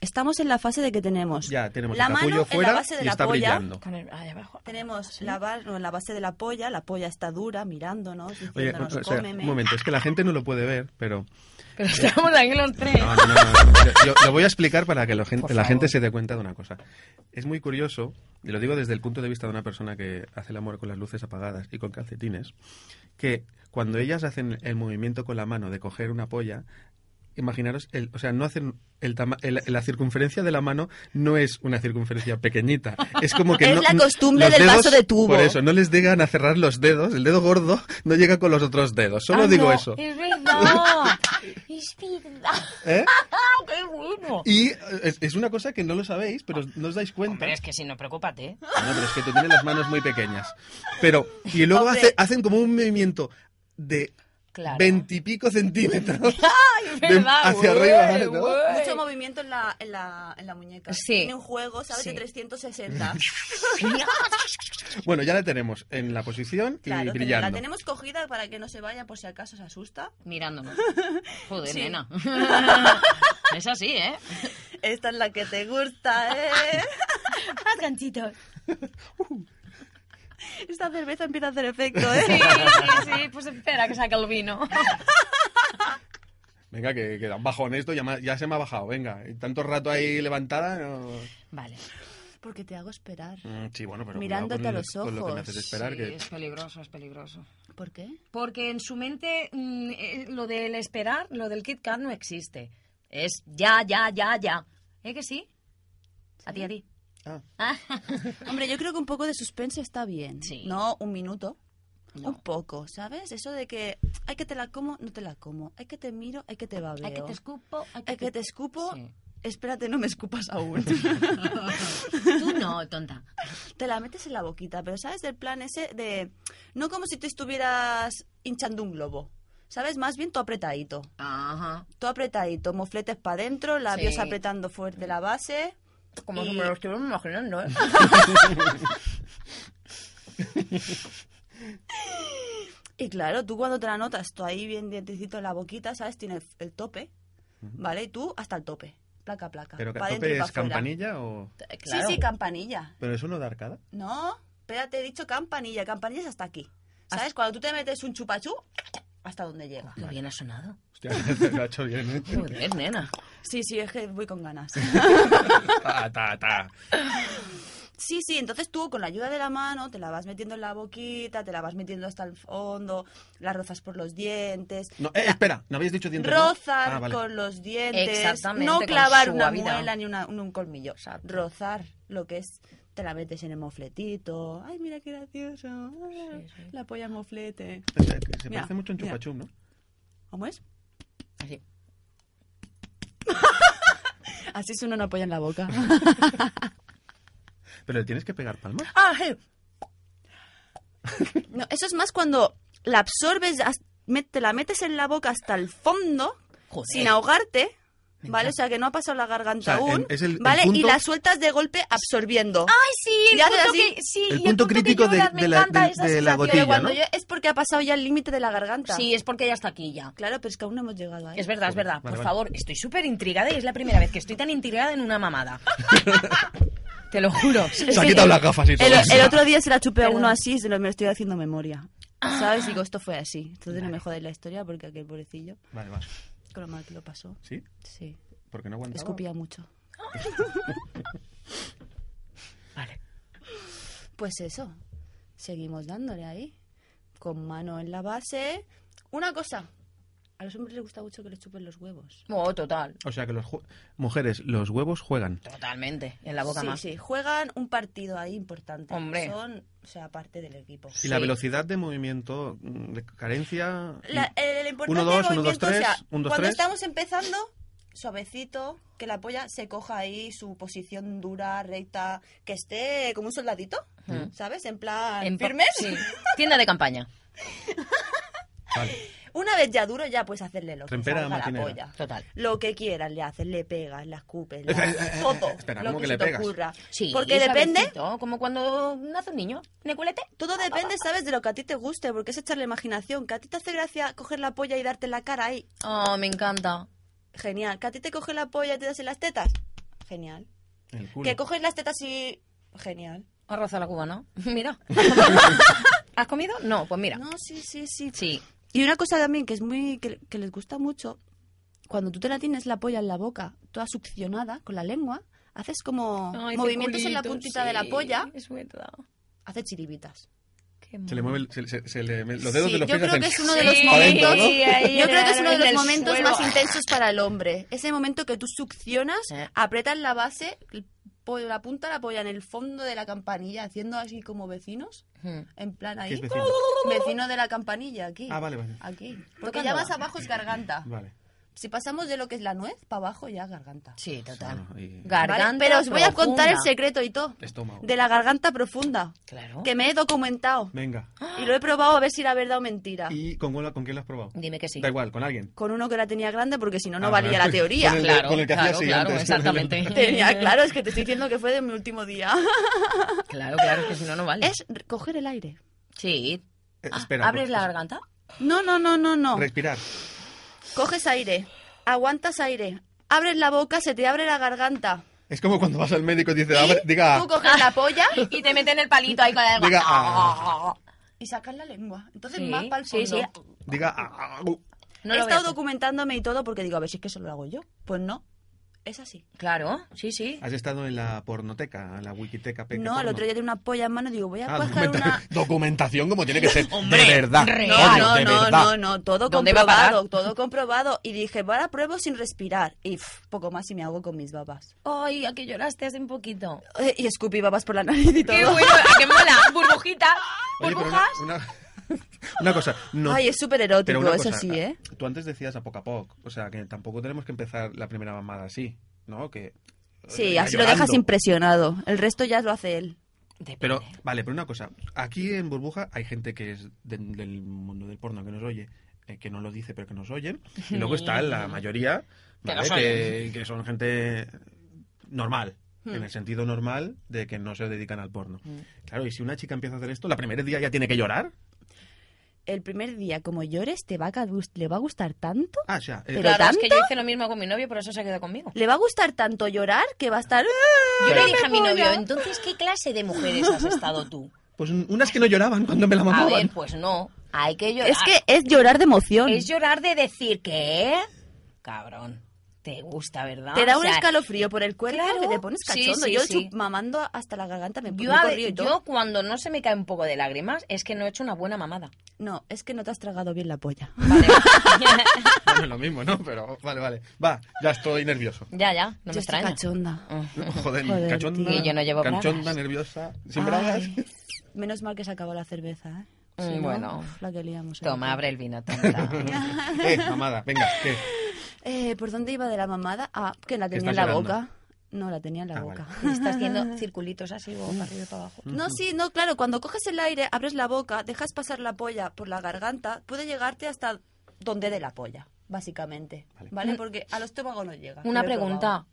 B: estamos en la fase de que tenemos
A: Ya tenemos
B: la
A: el
B: mano
A: capullo
B: en
A: fuera
B: la base de
A: y
B: la
A: está
B: polla.
A: brillando.
C: Con el, ahí abajo.
D: Tenemos la, ba- no, la base de la polla, la polla está dura, mirándonos,
A: Oye, o-
D: diciéndonos,
A: o sea,
D: cómeme.
A: un momento, es que la gente no lo puede ver, pero...
C: Pero estamos aquí los tres.
A: No, no, no, no, no. Yo- yo lo voy a explicar para que lo gen-
C: Por
A: la
C: favor.
A: gente se dé cuenta de una cosa. Es muy curioso, y lo digo desde el punto de vista de una persona que hace el amor con las luces apagadas y con calcetines, que cuando ellas hacen el movimiento con la mano de coger una polla, imaginaros, el- o sea, no hacen el tama- el- la circunferencia de la mano no es una circunferencia pequeñita, es como que
B: Es
A: no-
B: la
A: no-
B: costumbre
A: los
B: del
A: dedos-
B: vaso de tubo.
A: Por eso, no les llegan a cerrar los dedos, el dedo gordo no llega con los otros dedos, solo
C: Ah,
A: digo
C: no,
A: eso.
C: Es verdad. es verdad.
A: ¿Eh?
C: ¡Qué bueno!
A: Y eh, es, es una cosa que no lo sabéis, pero no os dais cuenta.
C: Hombre, es que si no, preocúpate. ¿eh?
A: No, pero es que tú tienes las manos muy pequeñas. Pero, y luego
D: Hombre.
A: hace- hacen como un movimiento de
C: Claro.
A: veintipico centímetros.
C: Es
A: de- hacia arriba, ¿no?
D: Mucho movimiento en la, en la, en la muñeca.
C: Sí.
D: Tiene un juego, ¿sabes?
C: Sí.
D: De 360.
A: Bueno, ya la tenemos en la posición y
D: Claro, tenemos-
A: brillando.
D: la tenemos cogida para que no se vaya por si acaso se asusta.
C: Mirándonos. Joder,
D: Sí.
C: nena. es así, ¿eh?
D: Esta es la que te gusta, ¿eh?
C: Más ganchitos.
B: esta cerveza empieza a hacer efecto, ¿eh?
C: Sí, sí, sí. Pues espera que saque el vino.
A: Venga, que, que da un bajón esto, ya, me ha- ya se me ha bajado. Venga, Y tanto rato ahí levantada. no-
C: Vale.
B: Porque te hago esperar.
A: Mm, Sí, bueno, pero. cuidado
B: Mirándote
A: con-
B: a los
A: Con lo que me
B: ojos,
A: haces esperar.
C: Sí,
A: que-
C: es peligroso, es peligroso.
B: ¿Por qué?
C: Porque en su mente mm, eh, lo del esperar, lo del Kit Kat no existe. Es ya, ya, ya, ya. ¿Eh que sí? A ti, a ti.
A: Ah,
B: Hombre, yo creo que un poco de suspenso está bien.
C: Sí.
D: No, un minuto.
C: No.
D: Un poco, ¿sabes? Eso de que hay que te la como, no te la como. Hay que te miro, hay que te babeo.
C: Hay que te escupo, hay
D: Hay que te escupo.
C: Sí.
D: Espérate, no me escupas aún.
C: Tú no, tonta.
D: te la metes en la boquita, pero ¿sabes? Del plan ese de... No como si te estuvieras hinchando un globo. ¿Sabes? Más bien tú apretadito.
C: Ajá.
D: Tú apretadito, mofletes para adentro, labios
C: Sí.
D: apretando fuerte la base.
C: Como
D: Y-
C: si me lo estuviera imaginando, ¿eh?
D: Y claro, tú cuando te la notas, tú ahí bien dientecito en la boquita, ¿sabes? Tiene el, el tope, ¿vale? Y tú hasta el tope, placa, placa.
A: pero que
D: pa'
A: a
D: dentro y
A: tope
D: pa'
A: es
D: fuera.
A: campanilla o.
C: Claro.
D: Sí, sí, campanilla.
A: Pero eso no da arcada.
D: No, espérate, he dicho campanilla. Campanilla es hasta aquí. ¿Sabes? Cuando tú te metes un chupachú, hasta donde llega.
C: Qué bien ha sonado.
A: Hostia, lo ha hecho bien, ¿eh?
C: Joder, nena.
D: Sí, sí, es que voy con ganas.
A: Ta, ta, ta.
D: Sí, sí, entonces tú con la ayuda de la mano te la vas metiendo en la boquita, te la vas metiendo hasta el fondo, la rozas por los dientes,
A: No, eh, espera, no habéis dicho dientes. no?
D: rozar
A: Ah, vale.
D: con los dientes,
C: Exactamente,
D: no
C: con
D: clavar una
C: suavidad.
D: muela ni, una- ni un colmillo,
C: Exacto.
D: rozar lo que es, te la metes en el mofletito, ay mira qué gracioso, ah,
C: Sí, sí.
D: la polla al moflete,
A: Este, Se parece
D: Mira,
A: mucho a un
D: mira.
A: chupachum, ¿no?
D: ¿cómo es?
C: Así.
B: Así suena una polla en la boca.
A: Pero le tienes que pegar palmas.
D: Ah, hey.
B: No, eso es más cuando la absorbes, as- met- te la metes en la boca hasta el fondo,
C: Joder.
B: sin ahogarte, ¿Vale? O sea, que no ha pasado la
A: Eh, O
B: garganta
A: sea, el-
B: aún.
A: es el- el
B: ¿Vale? Y
A: punto-
B: la sueltas de golpe absorbiendo.
C: Ay, sí, el
B: Ya haces
C: punto
B: así.
C: que, sí, y
A: El punto
C: que
A: crítico de-
C: lloras, Ah, me
A: de la-
C: encanta
A: de-
C: esa
A: de la
B: Pero
C: sensación.
A: gotilla,
B: cuando
A: ¿no?
B: yo- es porque ha pasado ya el límite de la garganta.
C: Sí, es porque ya está aquí ya.
B: Claro, pero es que aún no hemos llegado ahí.
C: Es verdad, es verdad.
A: Vale,
C: Por
A: vale.
C: favor, estoy súper intrigada y es la primera vez que estoy tan intrigada en una mamada. Te lo juro.
A: Se ha quitado las gafas y todo.
B: El, el otro día se la chupé a
C: Perdón. Ah.
B: uno así y se lo, me lo estoy haciendo memoria. ¿Sabes? Digo, esto fue así. Entonces no me jodáis la historia porque aquel pobrecillo,
A: Vale, vale.
B: con lo mal que lo pasó.
A: ¿Sí?
B: Sí,
A: Porque no aguantaba.
B: escupía mucho.
C: Vale.
B: Pues eso, seguimos dándole ahí, con mano en la base. Una cosa, a los hombres les gusta mucho que les chupen los huevos.
C: Oh, total.
A: O sea que los ju- mujeres, los huevos juegan.
C: Totalmente. En la boca
B: sí,
C: más.
B: sí, juegan un partido ahí importante.
C: Hombre.
B: Son, o sea, parte del equipo.
A: Y la
C: Sí.
A: velocidad de movimiento, mm, de carencia.
B: La, eh,
A: y-
B: el, el importante
A: Uno, dos,
B: del
A: uno, dos,
B: movimiento, o sea,
A: tres, un, dos,
B: cuando
A: tres.
B: estamos empezando, suavecito, que la polla se coja ahí su posición dura, recta, que esté como un soldadito, ¿sabes? En plan,
C: En pa-
B: firmes.
C: Sí. Tienda de campaña.
A: Vale.
B: Una vez ya duro, ya puedes hacerle lo que
A: Trempera
B: salga la
A: matinera.
B: polla.
C: Total.
B: Lo que quieras le haces, le pegas, la escupes, la-
A: Eh, eh, eh,
B: todo,
A: espera,
B: lo
A: ¿cómo
B: que,
A: que
B: se
A: le
B: te
A: pegas?
B: ocurra.
C: Sí.
B: Porque depende,
C: suavecito, Como cuando nace un niño. Neculete.
B: todo depende, ¿sabes? De lo que a ti te guste, porque es echar la imaginación. Que a ti te hace gracia coger la polla y darte en la cara ahí,
C: Oh, me encanta.
B: genial. Que a ti te coge la polla y te das en las tetas, genial.
A: El culo.
B: Que coges las tetas y... Genial.
C: Arroz a la cubana. Mira. ¿Has comido? No, pues mira.
B: No, sí, sí, sí.
C: Sí.
B: Y una cosa también que es muy... Que, que les gusta mucho, cuando tú te la tienes la polla en la boca, toda succionada con la lengua, haces como
C: Ay,
B: movimientos en la
C: circulitos,
B: puntita
C: sí,
B: de la polla,
C: Es verdad.
B: haces chiribitas.
C: Qué
A: Se le
C: mono.
A: mueve el- se, se- se le- los dedos
B: Sí,
A: de los pies
B: yo creo
A: hacen
B: que es uno de los
C: Sí,
A: adentro,
B: momentos...
A: ¿no?
C: ahí
B: Yo
C: en
B: creo que es
C: el-
B: uno de
C: en
B: los
C: el
B: momentos
C: suelo.
B: más intensos para el hombre. Ese momento que tú succionas,
C: Eh.
B: apretas la base, el po- la punta de la polla en el fondo de la campanilla, haciendo así como vecinos.
C: Mm.
B: En plan ahí.
A: ¿Qué es vecino?
B: Vecino de la campanilla, aquí.
A: Ah, vale, vale.
B: Aquí. Porque
C: Tocando
B: ya más
C: va.
B: abajo es garganta.
A: Vale.
B: Si pasamos de lo que es la nuez para abajo, ya garganta.
C: Sí, total.
A: Sano y-
B: ¿Vale?
C: Garganta.
B: Pero os voy a contar el
C: profunda.
B: secreto y todo.
A: Estómago.
B: De la garganta profunda.
C: Claro.
B: Que me he documentado.
A: Venga.
C: ¡Ah!
B: Y lo he probado a ver si era verdad o mentira.
A: ¿Y con, cuál- con quién lo has probado?
C: Dime que sí.
A: Da igual, con alguien.
B: Con uno que la tenía grande porque si no,
A: Ah,
B: no valía
A: vale.
B: la teoría.
A: Con el-
C: Claro,
A: con el que hacía
C: claro,
A: así
C: claro,
A: antes.
C: exactamente.
B: Tenía, claro, es que te estoy diciendo que fue de mi último día.
C: Claro, claro, que si no, no vale.
B: Es r- coger el aire.
C: Sí.
A: Eh,
C: Ah,
A: espera,
C: ¿Abres
A: porque-
C: la garganta?
B: No, no, no, no, no.
A: Respirar.
B: Coges aire, aguantas aire, abres la boca, se te abre la garganta.
A: Es como cuando vas al médico y dices, "Abre", diga,
B: Tú coges
C: Ah.
B: la polla
C: Y te meten el palito ahí con la
A: Diga,
C: garganta.
A: ah.
B: y sacas la lengua. Entonces
C: Sí,
B: más para el
C: sí,
B: fondo.
C: sí.
A: diga, ah, ah, uh.
C: No
B: He
C: lo voy a
B: estado
C: hacer.
B: documentándome y todo porque digo, a ver si es que eso lo hago yo. Pues no, es así.
C: Claro, sí, sí.
A: has estado en la pornoteca, en la wikiteca. peque
B: no, el
A: porno.
B: otro día tenía una polla en mano y digo, voy a
A: Ah,
B: coger
A: documenta-
B: una...
A: Documentación como tiene que ser.
C: Hombre,
A: de verdad.
C: real.
A: coño,
B: no,
A: de
B: no,
A: verdad.
B: no, no, todo
C: ¿Dónde va a parar?
B: comprobado, todo comprobado. Y dije, ahora pruebo sin respirar. Y pff, poco más y me hago con mis babas.
C: Ay, a que lloraste hace un poquito.
B: Eh, Y escupí babas por la nariz y todo.
C: Qué bueno, a que mola. Burbujitas,
A: Oye, pero
C: burbujas.
A: una, una- una cosa. No,
B: Ay, es súper
A: pero
B: erótico,
A: una
B: es
A: cosa,
B: así, ¿eh?
A: Tú antes decías a poco a poco. O sea, que tampoco tenemos que empezar la primera mamada así, ¿no? Que.
B: Sí,
A: venga,
B: así lo
A: eh, llorando.
B: dejas impresionado. El resto ya lo hace él.
C: Depende.
A: Pero, vale, pero una cosa. Aquí en Burbuja hay gente que es de- del mundo del porno que nos oye, eh, que no lo dice, pero que nos oyen. Y luego está la mayoría
C: Que
A: ¿vale?
C: nos
A: que,
C: oyen. Hmm.
A: que son gente normal. En el sentido normal de que no se dedican al porno. Claro, y si una chica empieza a hacer esto, la primera día ya tiene que llorar.
B: El primer día, como llores, te va a, gus- le va a gustar tanto.
A: Ah, ya. eh,
B: Pero
C: Claro, es que
B: tanto?
C: yo hice lo mismo con mi novio, por eso se quedó conmigo.
B: Le va a gustar tanto llorar que va a estar... ¡ah!
C: Yo le dije a mi novio, entonces, ¿qué clase de mujeres has estado tú?
A: pues un- unas que no lloraban cuando me la
C: A
A: mamaban.
C: ver, pues no. Hay que llorar.
B: Es que es llorar de emoción.
C: Es llorar de decir que... Cabrón, te gusta, ¿verdad?
B: Te da
C: O
B: un
C: sea,
B: escalofrío por el cuerpo
C: claro.
B: que te pones
C: Sí,
B: cachondo.
C: sí,
B: yo
C: sí.
B: chup- mamando hasta la garganta me
C: Yo,
B: pongo
C: a ve-
B: corrido y todo.
C: yo cuando no se me cae un poco de lágrimas es que no he hecho una buena mamada.
B: No, es que no te has tragado bien la polla.
C: Vale.
A: Bueno, lo mismo, ¿no? Pero vale, vale. Va, ya estoy nervioso.
C: ya, ya, no
B: yo
C: me
B: estoy
C: extraña. Mm.
B: cachonda.
A: Joder,
B: Joder,
A: cachonda.
B: tío. Y
C: yo no llevo
A: cachonda,
C: bragas.
A: nerviosa, sin bragas.
B: Ay, menos mal que se acabó la cerveza, ¿eh? Si
C: Mm,
B: no,
C: bueno.
B: uf, la que liamos. ¿eh? ahí.
C: Toma, abre el vino, tonta.
A: eh, mamada, venga, ¿qué?
B: Eh, ¿Por dónde iba de la mamada? Ah, que la
A: Que
B: tenía en la
A: estás llorando.
B: boca. No, la tenía en la
A: Ah,
B: boca.
C: Y estás haciendo circulitos así, o para arriba y para abajo.
B: No, sí, no, claro, cuando coges el aire, abres la boca, dejas pasar la polla por la garganta, puede llegarte hasta donde dé la polla. básicamente.
A: Vale.
B: Vale. Porque al estómago no llega.
C: Una
B: Lo he
C: pregunta.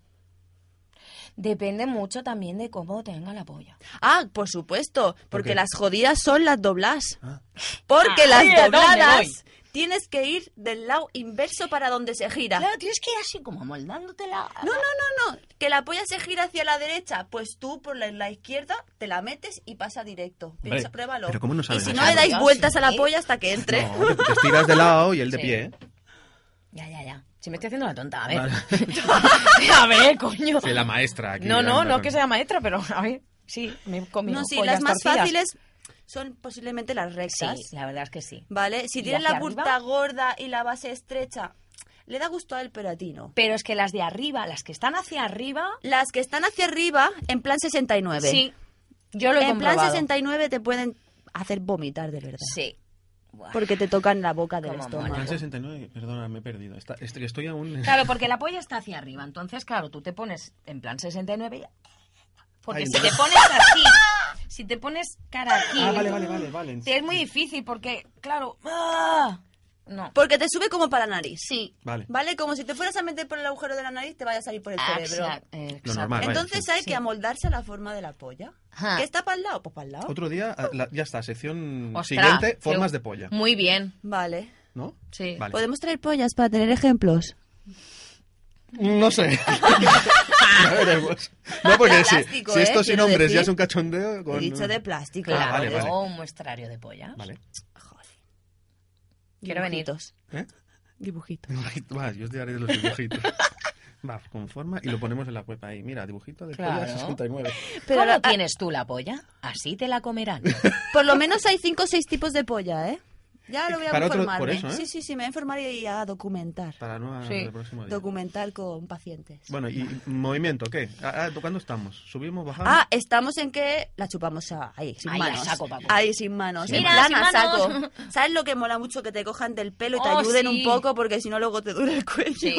C: Depende mucho también de cómo tenga la polla.
B: probado. Ah, por supuesto, porque
A: qué?
B: las jodidas son las doblas.
A: Ah,
B: Porque
C: Ah,
B: las
C: ahí es donde
B: dobladas
C: voy.
B: tienes que ir del lado inverso para donde se gira.
C: tienes que ir así como moldándote la...
B: No, no, no, no. Que la polla se gira hacia la derecha, pues tú por la, la izquierda te la metes y pasa directo. Piensa,
A: Hombre,
B: pruébalo.
A: pero ¿cómo no sabes
B: y si
A: eso?
B: no le dais
C: Dios,
B: vueltas a la
C: sí.
B: polla hasta que entre.
A: no, te, te estiras de lado y él de
C: Sí.
A: pie. ¿eh?
C: Ya, ya, ya. Si me estoy haciendo la tonta, a ver.
A: Vale.
C: a ver, coño.
A: Sí, la maestra. Aquí,
C: no, no,
A: anda
C: no
A: con-
C: que sea maestra, pero a ver. Sí, me he comido
B: No, sí,
C: pollas
B: las más
C: torcidas.
B: fáciles son posiblemente las rectas.
C: Sí, la verdad es que sí.
B: ¿Vale? Si
C: ¿Y
B: tienes
C: hacia
B: la punta
C: arriba?
B: gorda y la base estrecha, le da gusto a él, pero a ti no.
C: Pero es que las de arriba, las que están hacia arriba...
B: Las que están hacia arriba, en plan 69.
C: Sí, yo lo he
B: en plan
C: comprobado.
B: 69 te pueden hacer vomitar, de verdad.
C: Sí. Buah.
B: Porque te tocan la boca del
C: Cómo
A: En
B: estómago.
A: plan 69, perdona, me he perdido. Está, estoy, estoy aún. en-
C: Claro, porque la polla está hacia arriba. Entonces, claro, tú te pones en plan 69 y... Porque
A: Ay,
C: si
A: madre.
C: te pones así, si te pones cara aquí...
A: Ah, vale, vale, vale. vale.
C: te Es muy difícil porque, claro... ¡ah! No.
B: Porque te sube como para la nariz. Sí.
A: Vale.
B: ¿Vale? Como si te fueras a meter por el agujero de la nariz, te vaya a salir por el cerebro.
C: Exacto, exacto.
A: Lo normal. Ah, vaya,
B: Entonces
A: sí.
B: hay que amoldarse a la forma de la polla.
C: Ajá.
B: ¿Qué está para el lado? Pues para el lado.
A: Otro día, ah, la- ya está, sección
C: Ostras,
A: siguiente,
C: qué-
A: formas de polla.
C: Muy bien.
B: Vale.
A: ¿No?
C: Sí.
A: Vale.
B: ¿Podemos traer pollas para tener ejemplos?
A: No sé. Ya veremos. No, porque si,
B: Plástico,
A: si
B: ¿eh?
A: esto sin
B: Quiero
A: nombres ya
B: decir.
A: es un cachondeo. Con...
B: He dicho de plástico.
C: Claro,
A: Ah, vale, vale.
C: yo un muestrario de pollas.
A: Vale.
B: Joder.
C: Quiero venir.
B: Dibujitos.
A: ¿Eh?
B: Dibujitos.
A: Va, yo os daré los dibujitos. Va, con forma y lo ponemos en la web ahí. Mira, dibujito de
C: Claro.
A: polla 69.
B: Pero
C: ¿Cómo
B: ahora- ah
C: tienes tú la polla? Así te la comerán.
B: Por lo menos hay cinco o seis tipos de polla, ¿eh? Ya lo voy a
A: Para otro-
B: informarme.
A: por eso, ¿eh?
B: Sí, sí, sí, me voy a informar y a documentar.
A: Para no al
C: Sí.
A: el próximo día.
B: Documentar con pacientes.
A: Bueno, y y movimiento, ¿qué? Ah, ah, ¿Cuándo estamos? ¿Subimos, bajamos?
B: Ah, estamos en que la chupamos a- ahí, sin
C: Ahí, a
B: manos.
C: saco, Paco.
B: Ahí, sin manos.
C: Sí.
B: En
C: Mira,
B: plan,
C: sin
B: a saco.
C: manos.
B: ¿Sabes lo que mola mucho? Que te cojan del pelo y te
C: Oh,
B: ayuden
C: sí.
B: un poco, porque si no, luego te dura el cuello.
C: Sí.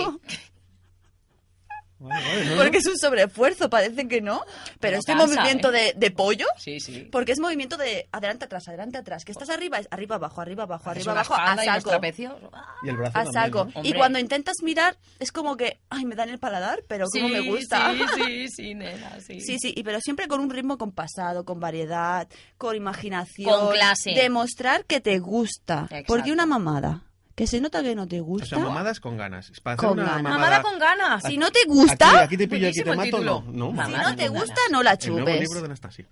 A: Vale, vale, no, no.
B: Porque es un sobreesfuerzo, parece que no. Pero
C: Pero
B: este
C: cansa,
B: movimiento
C: ¿eh?
B: de, de pollo,
C: Sí, sí.
B: porque es movimiento de adelante, atrás, adelante, atrás. Que estás arriba, es arriba, abajo, arriba, abajo,
C: Es
B: arriba,
C: una
B: abajo, a
C: espalda y unos
B: saco.
C: trapecios. Ah,
A: Y el brazo
B: A
A: también,
B: saco.
A: ¿no?
C: ¿no?
B: Y
C: Hombre.
B: cuando intentas mirar, es como que, ay, me dan el paladar, pero como
C: sí,
B: me gusta.
C: Sí, sí, sí, nena, sí.
B: Sí, sí, y pero siempre con un ritmo compasado, con variedad, con imaginación.
C: Con clase.
B: Demostrar que te gusta.
C: Exacto.
B: Porque una mamada, que se nota que no te
A: O
B: gusta.
A: sea, mamadas con ganas. Para hacer
B: Con
A: una
B: ganas.
A: mamada...
C: Mamada con ganas.
B: si no te gusta,
A: Aquí, aquí te pillo, aquí
C: Buenísimo
A: te
C: el
A: mato.
C: título.
A: No, no,
C: Mamá.
B: si
A: mamá.
B: no te
C: con
B: gusta,
C: ganas.
B: no la
A: El nuevo
B: chupes.
A: libro de Anastasia.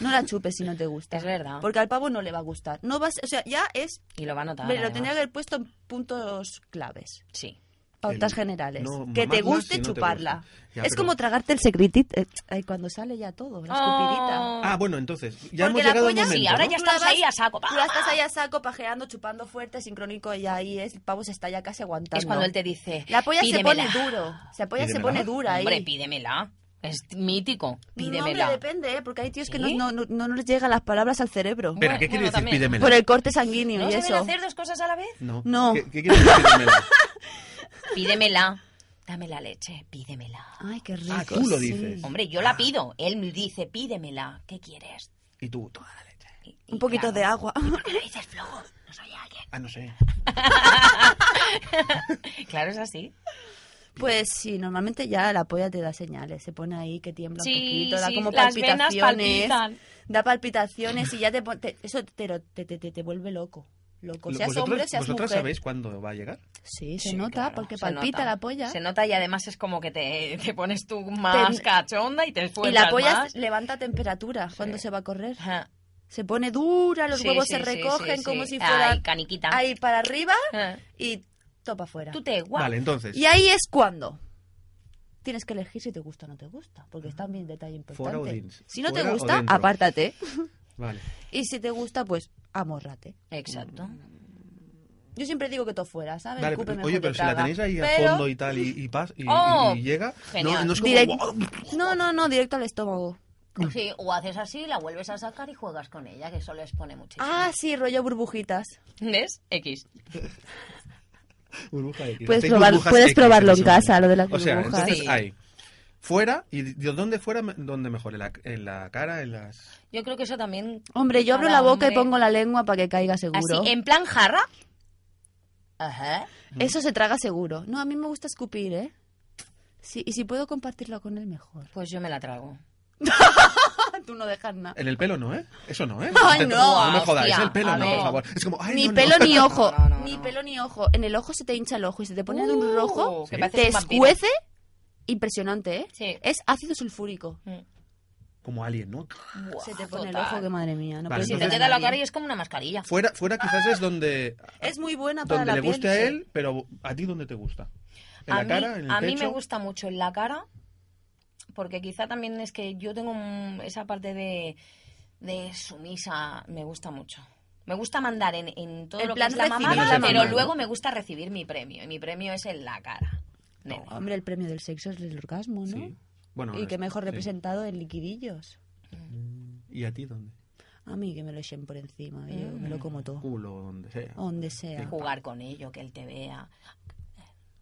B: No la chupes si no te gusta.
C: Es verdad.
B: Porque al pavo no le va a gustar. No vas, o sea, ya es.
C: Y lo va a notar.
B: me lo
C: además.
B: tenía que haber puesto en puntos claves.
C: Sí.
B: Pautas
A: El-
B: generales.
A: no,
B: que te
A: mamarla
B: guste
A: si no te
B: chuparla.
A: gusta. Ya,
B: es
A: pero-
B: como tragarte el secretito. eh, ay, cuando sale ya todo, la escupidita.
C: Oh.
A: Ah, bueno, entonces, ya
B: Porque
A: hemos
B: la
A: llegado al
B: polla-
A: momento.
C: Sí, ahora
A: ¿no?
C: ya
B: Tú
C: estás
B: la vas-
C: ahí a saco.
B: Tú la estás ahí a saco, pajeando, chupando fuerte, sincrónico, y ahí es, el pavo se está ya casi aguantando.
C: Es cuando él te dice.
B: La polla
C: "Pídemela".
B: se pone duro. La polla se
A: Pídemela.
B: pone dura ahí.
C: Hombre, pídemela. Es mítico. Pídemela.
B: No, hombre, depende, ¿eh? porque hay tíos que no,
C: ¿Sí?
B: no, no, no les llegan las palabras al cerebro.
A: Espera, ¿qué quiere
C: Bueno, bueno,
A: decir
C: también.
A: pídemela?
B: Por el corte sanguíneo
C: ¿No
B: y
C: se
B: eso.
C: deben hacer dos cosas a la vez?
A: No.
B: Pues, No.
A: ¿Qué, qué quiere decir pídemela?
C: Pídemela. Dame la leche. Pídemela.
B: Ay, qué rico.
A: Ah, tú lo
B: sí.
A: dices.
C: Hombre, yo la pido. Él me dice, pídemela. ¿Qué quieres?
A: Y tú, toda la leche.
C: Y- y
B: Un poquito
C: claro,
B: de agua.
C: ¿Por qué lo dices flojo? No soy alguien.
A: Ah, no sé.
C: Claro, es así.
B: Pues sí, normalmente ya la polla te da señales, se pone ahí que tiembla
C: Sí,
B: un poquito, da
C: sí,
B: como
C: las venas
B: palpitaciones,
C: palpitan.
B: da palpitaciones y ya te, pon- te- eso te, lo- te, te, te- te vuelve loco, loco, seas
A: ¿Vosotros,
B: hombre, seas mujer.
A: ¿vosotras sabéis cuándo va a llegar?
B: Sí, se
C: Sí,
B: nota
C: claro,
B: porque
C: se
B: palpita
C: nota.
B: la polla
C: Se nota y además es como que te, te pones tú más
B: Te-
C: cachonda y te
B: y
C: esfuerzas
B: la polla
C: más.
B: levanta temperatura cuando se va a correr.
C: Ajá.
B: Se pone dura, los
C: Sí,
B: huevos
C: sí,
B: se
C: sí,
B: recogen
C: sí,
B: como
C: sí.
B: si fueran
C: Ay, caniquita.
B: ahí para arriba
C: Ajá.
B: y topa afuera.
C: Tú te guau.
A: Vale, entonces,
B: Y ahí es cuando tienes que elegir si te gusta o no te gusta, porque es también detalle
A: Fuera o
B: importante.
A: dins-
B: Si no te
A: fuera o
B: gusta,
A: dentro.
B: apártate.
A: vale.
B: Y si te gusta, pues amórrate.
C: Exacto.
B: Yo siempre digo que todo fuera, ¿sabes?
A: Dale,
B: Escúpeme
A: oye,
B: cuando
A: pero si la
B: traga.
A: tenéis ahí a
B: Pero
A: fondo y tal, y, y pas, y, y-
C: Oh,
A: y llega, no,
C: genial.
A: no es como...
B: direct-
A: ¡guau!
B: No, no, no, directo al estómago.
C: Sí, o haces así, la vuelves a sacar y juegas con ella, que eso les pone muchísimo.
B: Ah, sí, rollo burbujitas.
C: ¿Ves? X.
A: Burbuja X.
B: Puedes
A: Hacéis
B: probar-
A: burbujas
B: puedes
A: X
B: probarlo en
A: ese momento.
B: casa, lo de las
A: O sea,
B: burbujas.
A: entonces
C: Sí.
A: ahí. Fuera, y de dónde fuera, me- dónde mejor, en la, en la cara, en las...
C: Yo creo que eso también...
B: Hombre, em- yo abro
C: Cada
B: la boca y
C: hombre-
B: pongo la lengua para que caiga seguro.
C: Así, en plan jarra. Ajá.
B: Eso se traga seguro. No, a mí me gusta escupir, ¿eh? Sí, y si puedo compartirlo con él, mejor.
C: Pues yo me la trago.
B: Tú no dejas nada.
A: En el pelo no, ¿eh? Eso no, ¿eh?
B: Ay,
A: Te-
B: no,
A: me
C: hostia,
A: jodáis, el pelo
C: a
A: no,
C: ver.
A: por favor. Es como, ay,
B: ni
A: no, no.
B: pelo ni ojo.
C: No, no, no,
B: ni
C: no.
B: pelo ni ojo. En el ojo se te hincha el ojo y se te pone de un
C: Uh,
B: rojo.
C: que
B: Te
C: pareces un vampiro.
B: escuece. Impresionante, ¿eh?
C: Sí.
B: Es ácido sulfúrico.
C: Mm.
A: Como alien, ¿no?
C: Buah,
B: se te pone el
C: total.
B: ojo que madre mía. No
A: Vale,
B: puedes
C: Si te ¿eh?
A: entonces-
B: decirle a
C: queda la
B: nadie.
C: cara y es como una mascarilla.
A: Fuera, fuera quizás es donde,
D: Es muy buena para
A: donde
D: la
A: le
D: piel.
A: guste a él, pero a ti dónde te gusta. En
C: a
A: la
C: mí,
A: cara, en el
C: a mí
A: pecho.
C: me gusta mucho en la cara, porque quizá también es que yo tengo un- esa parte de, de sumisa, me gusta mucho. Me gusta mandar en, en todo
B: En
C: lo que
B: plan
C: es la
B: recibir.
C: mamada,
A: Menos en
C: pero
A: mandar, ¿no?
C: luego me gusta recibir mi premio, y mi premio es en la cara. Nene.
B: Hombre, el premio del sexo es el orgasmo, ¿no?
A: Sí. Bueno,
B: y que
A: es-
B: mejor
A: sí.
B: representado en liquidillos.
A: ¿Y a ti dónde?
B: A mí que me lo echen por encima, que yo me
A: Mm.
B: lo como todo.
A: Culo, donde sea.
B: Donde sea.
C: Jugar con ello, que él te vea.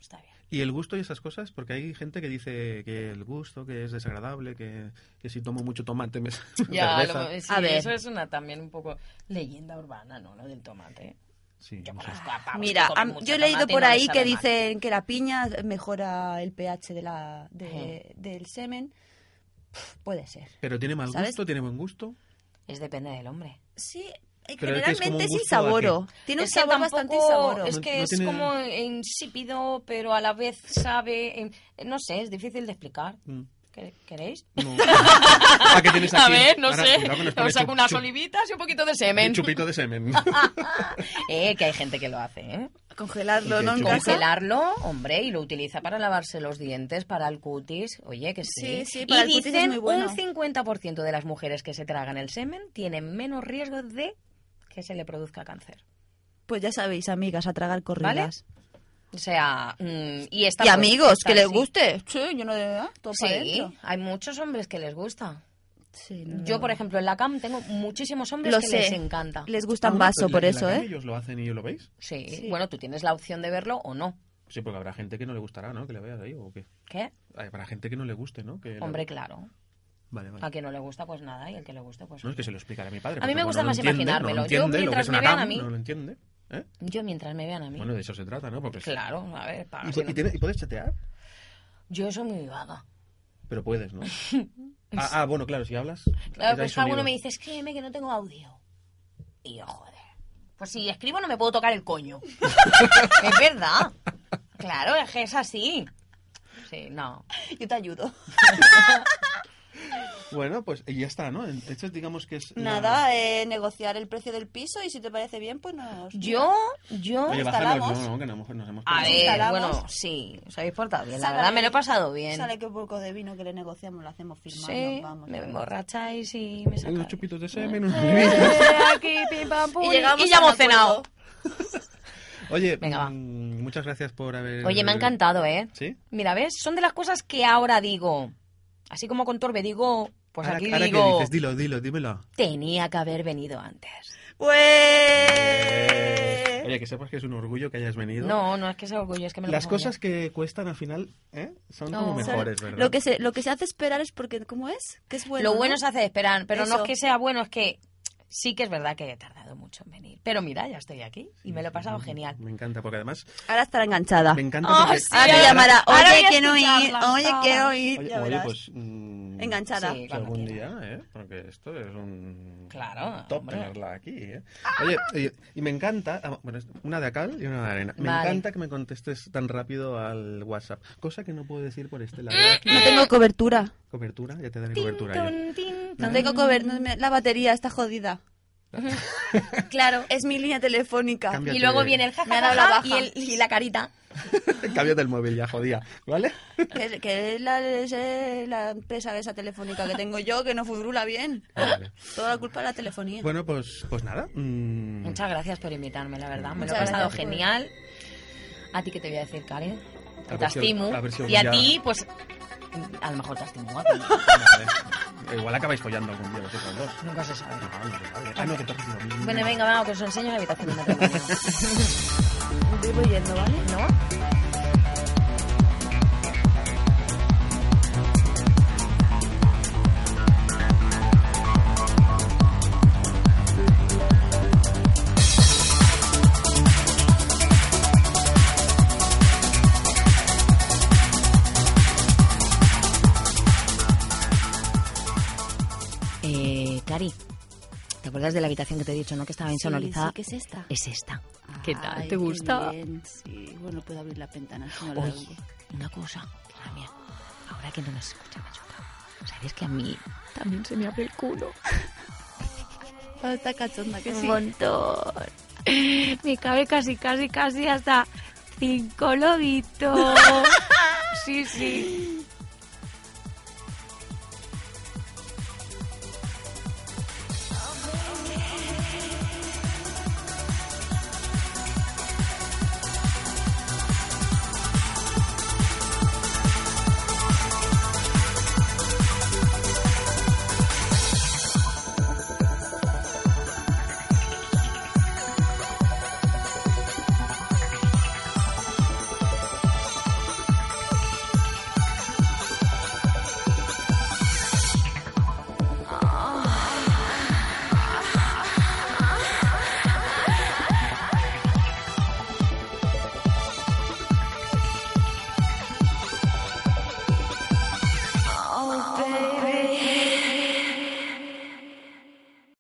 C: Está bien.
A: Y el gusto y esas cosas, porque hay gente que dice que el gusto, que es desagradable, que, que si tomo mucho tomate me
C: Ya,
A: cerveza.
C: lo- sí,
B: A ver.
C: eso es una también un poco leyenda urbana, ¿no? Lo del tomate.
A: Sí,
C: Yo
A: no sé.
C: conozco a pavos que
B: Mira,
C: comen
B: am-
C: mucho
B: yo he leído
C: tomate y
B: por
C: no les
B: ahí que
C: sabe mal.
B: dicen que la piña mejora el pH de la, de- del semen. Pff, Puede ser.
A: Pero tiene mal
B: ¿Sabes?
A: gusto, tiene buen gusto.
C: Es depende del hombre.
B: Sí, eh,
A: Pero es que es como
B: generalmente
A: un
B: sin
A: gusto a
B: saboro. Tiene un
C: Es que
B: sabor
C: tampoco-
B: bastante insaboro.
C: Es
A: No-
C: que
A: no
C: es
A: tiene-
C: como insípido, pero a la vez sabe. eh, No sé, es difícil de explicar.
A: Mm,
C: ¿Qué- ¿Queréis?
A: no. ¿A qué tienes Pues
C: A
A: aquí?
C: ver, no
A: Ahora,
C: sé.
A: cuidado que nos
C: Os
A: pone
C: saco
A: chup-
C: unas
A: chup-
C: olivitas y un poquito de semen.
A: Chupito de semen.
C: Eh, que hay gente que lo hace, ¿eh?
B: Congelarlo,
A: Sí,
B: ¿no? En
A: chupa.
B: casa.
C: Congelarlo, hombre, y lo utiliza para lavarse los dientes, para el cutis. Oye, que
B: Sí,
C: sí.
B: sí, para
C: y
B: el cutis es
C: dicen
B: muy bueno.
C: un 50% de las mujeres que se tragan el semen tienen menos riesgo de que se le produzca cáncer.
B: Pues ya sabéis, amigas, a tragar corridas.
C: O sea, mm, y está
B: Y
C: pues,
B: amigos,
C: está
B: que les
C: así.
B: guste. Sí, yo no de ah, todo para
C: Sí,
B: adentro.
C: hay muchos hombres que les gusta.
B: Sí, no,
C: Yo,
B: no.
C: por ejemplo, en la CAM tengo muchísimos hombres
B: Mm. lo
C: que
B: sé.
C: les encanta.
B: Les gusta
A: Ah,
B: en
A: bueno,
B: vaso,
A: pero
B: por
A: en la
B: eso,
A: calle
B: ¿eh?
A: Ellos lo hacen y ellos lo veis.
C: Sí.
B: Sí.
C: bueno, tú tienes la opción de verlo o no.
A: Sí, porque habrá gente que no le gustará, ¿no? Que le veas ahí o qué.
C: ¿Qué?
A: Habrá gente que no le guste, ¿no? Que la-
C: Hombre, claro.
A: Vale, vale.
C: A quien no le gusta, pues nada. Y al que le guste, pues...
A: No es que se lo explicara a mi padre.
C: A mí
A: porque
C: me
A: como
C: gusta
A: no lo
C: más
A: entiende,
C: imaginármelo.
A: No
C: Yo,
A: lo entiende, lo que
C: mientras
A: es una
C: me vean a
A: TAM,
C: mí-
A: no lo entiende. ¿eh?
C: Yo mientras me vean a mí.
A: Bueno, de eso se trata, ¿no? Porque
C: claro, a ver, para,
A: ¿Y,
C: si
A: pu-
C: no-
A: y tiene- y puedes chatear?
C: Yo soy muy vaga.
A: Pero puedes, ¿no? ah, ah, bueno, claro, si hablas.
C: Claro,
A: hay
C: pues
A: sonido.
C: alguno me dice, escríbeme que no tengo audio. Y yo, joder. Pues si escribo no me puedo tocar el coño. es verdad. Claro, es que es así. Sí, no.
B: Yo te ayudo.
A: Bueno, pues y ya está, ¿no? De hecho, digamos que es. la-
B: Nada, eh, negociar el precio del piso y si te parece bien, pues nos...
C: Yo, yo...
A: Oye, bajarnos,
B: instalamos.
A: no, no, que no, hemos- nos hemos.
C: A
A: perdido.
C: ver,
B: instalamos.
C: bueno, sí, os habéis portado bien. La
B: Sale-
C: verdad, me lo he pasado bien.
B: Sale que un poco de vino que le negociamos lo hacemos firmar,
C: Sí,
B: nos vamos.
C: me
B: nos vamos.
C: emborracháis y me
A: Unos
C: sacáis.
A: chupitos de semen, unos
C: Eh, Aquí, pim, pam, pum,
B: Y llegamos
C: ya
B: a un
C: hemos cenado.
B: acuerdo.
A: Oye,
C: Venga, va.
A: mm, muchas gracias por haber.
C: Oye, me ha encantado, ¿eh?
A: ¿Sí?
C: Mira, ¿ves? Son de las cosas que ahora digo. Así como con Torbe digo, pues
A: ahora,
C: aquí
A: ahora que
C: digo,
A: dices, dilo, dilo, dímelo.
C: tenía que haber venido antes.
B: Pues. ¡Ué!
A: Oye, que sepas que es un orgullo que hayas venido.
C: Eh. No, no es que sea orgullo, es que me lo
A: Las
C: pongo
A: cosas que cuestan al final ¿eh? son como
C: No.
A: mejores, ¿verdad?
B: Lo que, se, lo que se hace esperar es porque, ¿cómo es? Que es
C: bien.
B: bueno.
C: Lo bueno
B: ¿no?
C: se hace esperar, pero no
B: Eso.
C: es que sea bueno, es que sí que es verdad que he tardado mucho en venir. Pero mira, ya estoy aquí y me lo he pasado genial.
A: Me encanta, porque además
B: Ahora estará enganchada.
A: me encanta.
C: Ah,
A: porque-
C: sí.
B: Ahora te
C: Ahora-
B: llamará,
C: ahora voy
B: oye,
C: a
B: quiero ir,
C: escucharla.
B: oye, quiero ir.
A: Oye,
B: ya
A: oye,
B: verás.
A: pues. mm,
B: Enganchada.
C: Sí.
A: Si
C: cuando
A: algún
C: quieras.
A: día, ¿eh? Porque esto es un
C: Claro,
A: top
C: hombre.
A: tenerla aquí, ¿eh? Oye, oye, y me encanta, ah, bueno, es una de cal y una de arena. Me
C: Vale.
A: encanta que me contestes tan rápido al WhatsApp, cosa que no puedo decir por este lado. de aquí.
B: No tengo cobertura.
A: Cobertura, ya te daré
C: Tin,
A: cobertura. yo.
C: tun, tin,
B: No
A: Ah.
C: tun.
B: tengo cobertura. La batería está jodida. claro. Es mi línea telefónica.
A: Cambia-
C: Y luego viene el
B: Me ha dado la
C: jajaja
B: baja.
C: y, el- y la carita.
A: Cámbiate el móvil ya, jodía, ¿vale?
B: Que, que es, la, es, eh, la empresa de esa telefónica que tengo yo que no furula bien.
A: Ah, Vale.
B: Toda la culpa de la telefonía.
A: Bueno, pues, pues nada. mm,
C: Muchas gracias por invitarme, la verdad. Me lo he
B: Muchas
C: pasado
B: gracias.
C: genial. A ti que te voy a decir, Karen. Que
A: A
C: te
A: ver si-
C: estimo.
A: a ver si
C: Y a
A: ya-
C: ti, pues, a lo mejor te estimo guapo.
A: vale. Igual acabáis follando algún día vosotros dos.
C: Nunca se sabe.
A: No, no, se sabe. Ah, no, que tú has sido mi-
C: Bueno, venga, vamos, que os enseño la habitación de matrimonio.
B: Te voy yendo, ¿vale?
C: ¿No? Eh, Cari, ¿te acuerdas de la habitación que te he dicho, no? Que estaba insonorizada.
B: ¿Qué es esta?
C: Es esta. ¿Qué tal?
B: Ay,
C: ¿Te
B: qué
C: gusta?
B: bien, sí. Bueno, puedo abrir la ventana. si no la
C: Oye,
B: abro.
C: una cosa, la mía. Ahora que no nos escucha Mayuca, ¿sabes que a mí también se me abre el culo?
B: Ah, está cachonda, que sí.
C: montón. Me cabe casi, casi, casi hasta cinco lobitos. Sí, sí.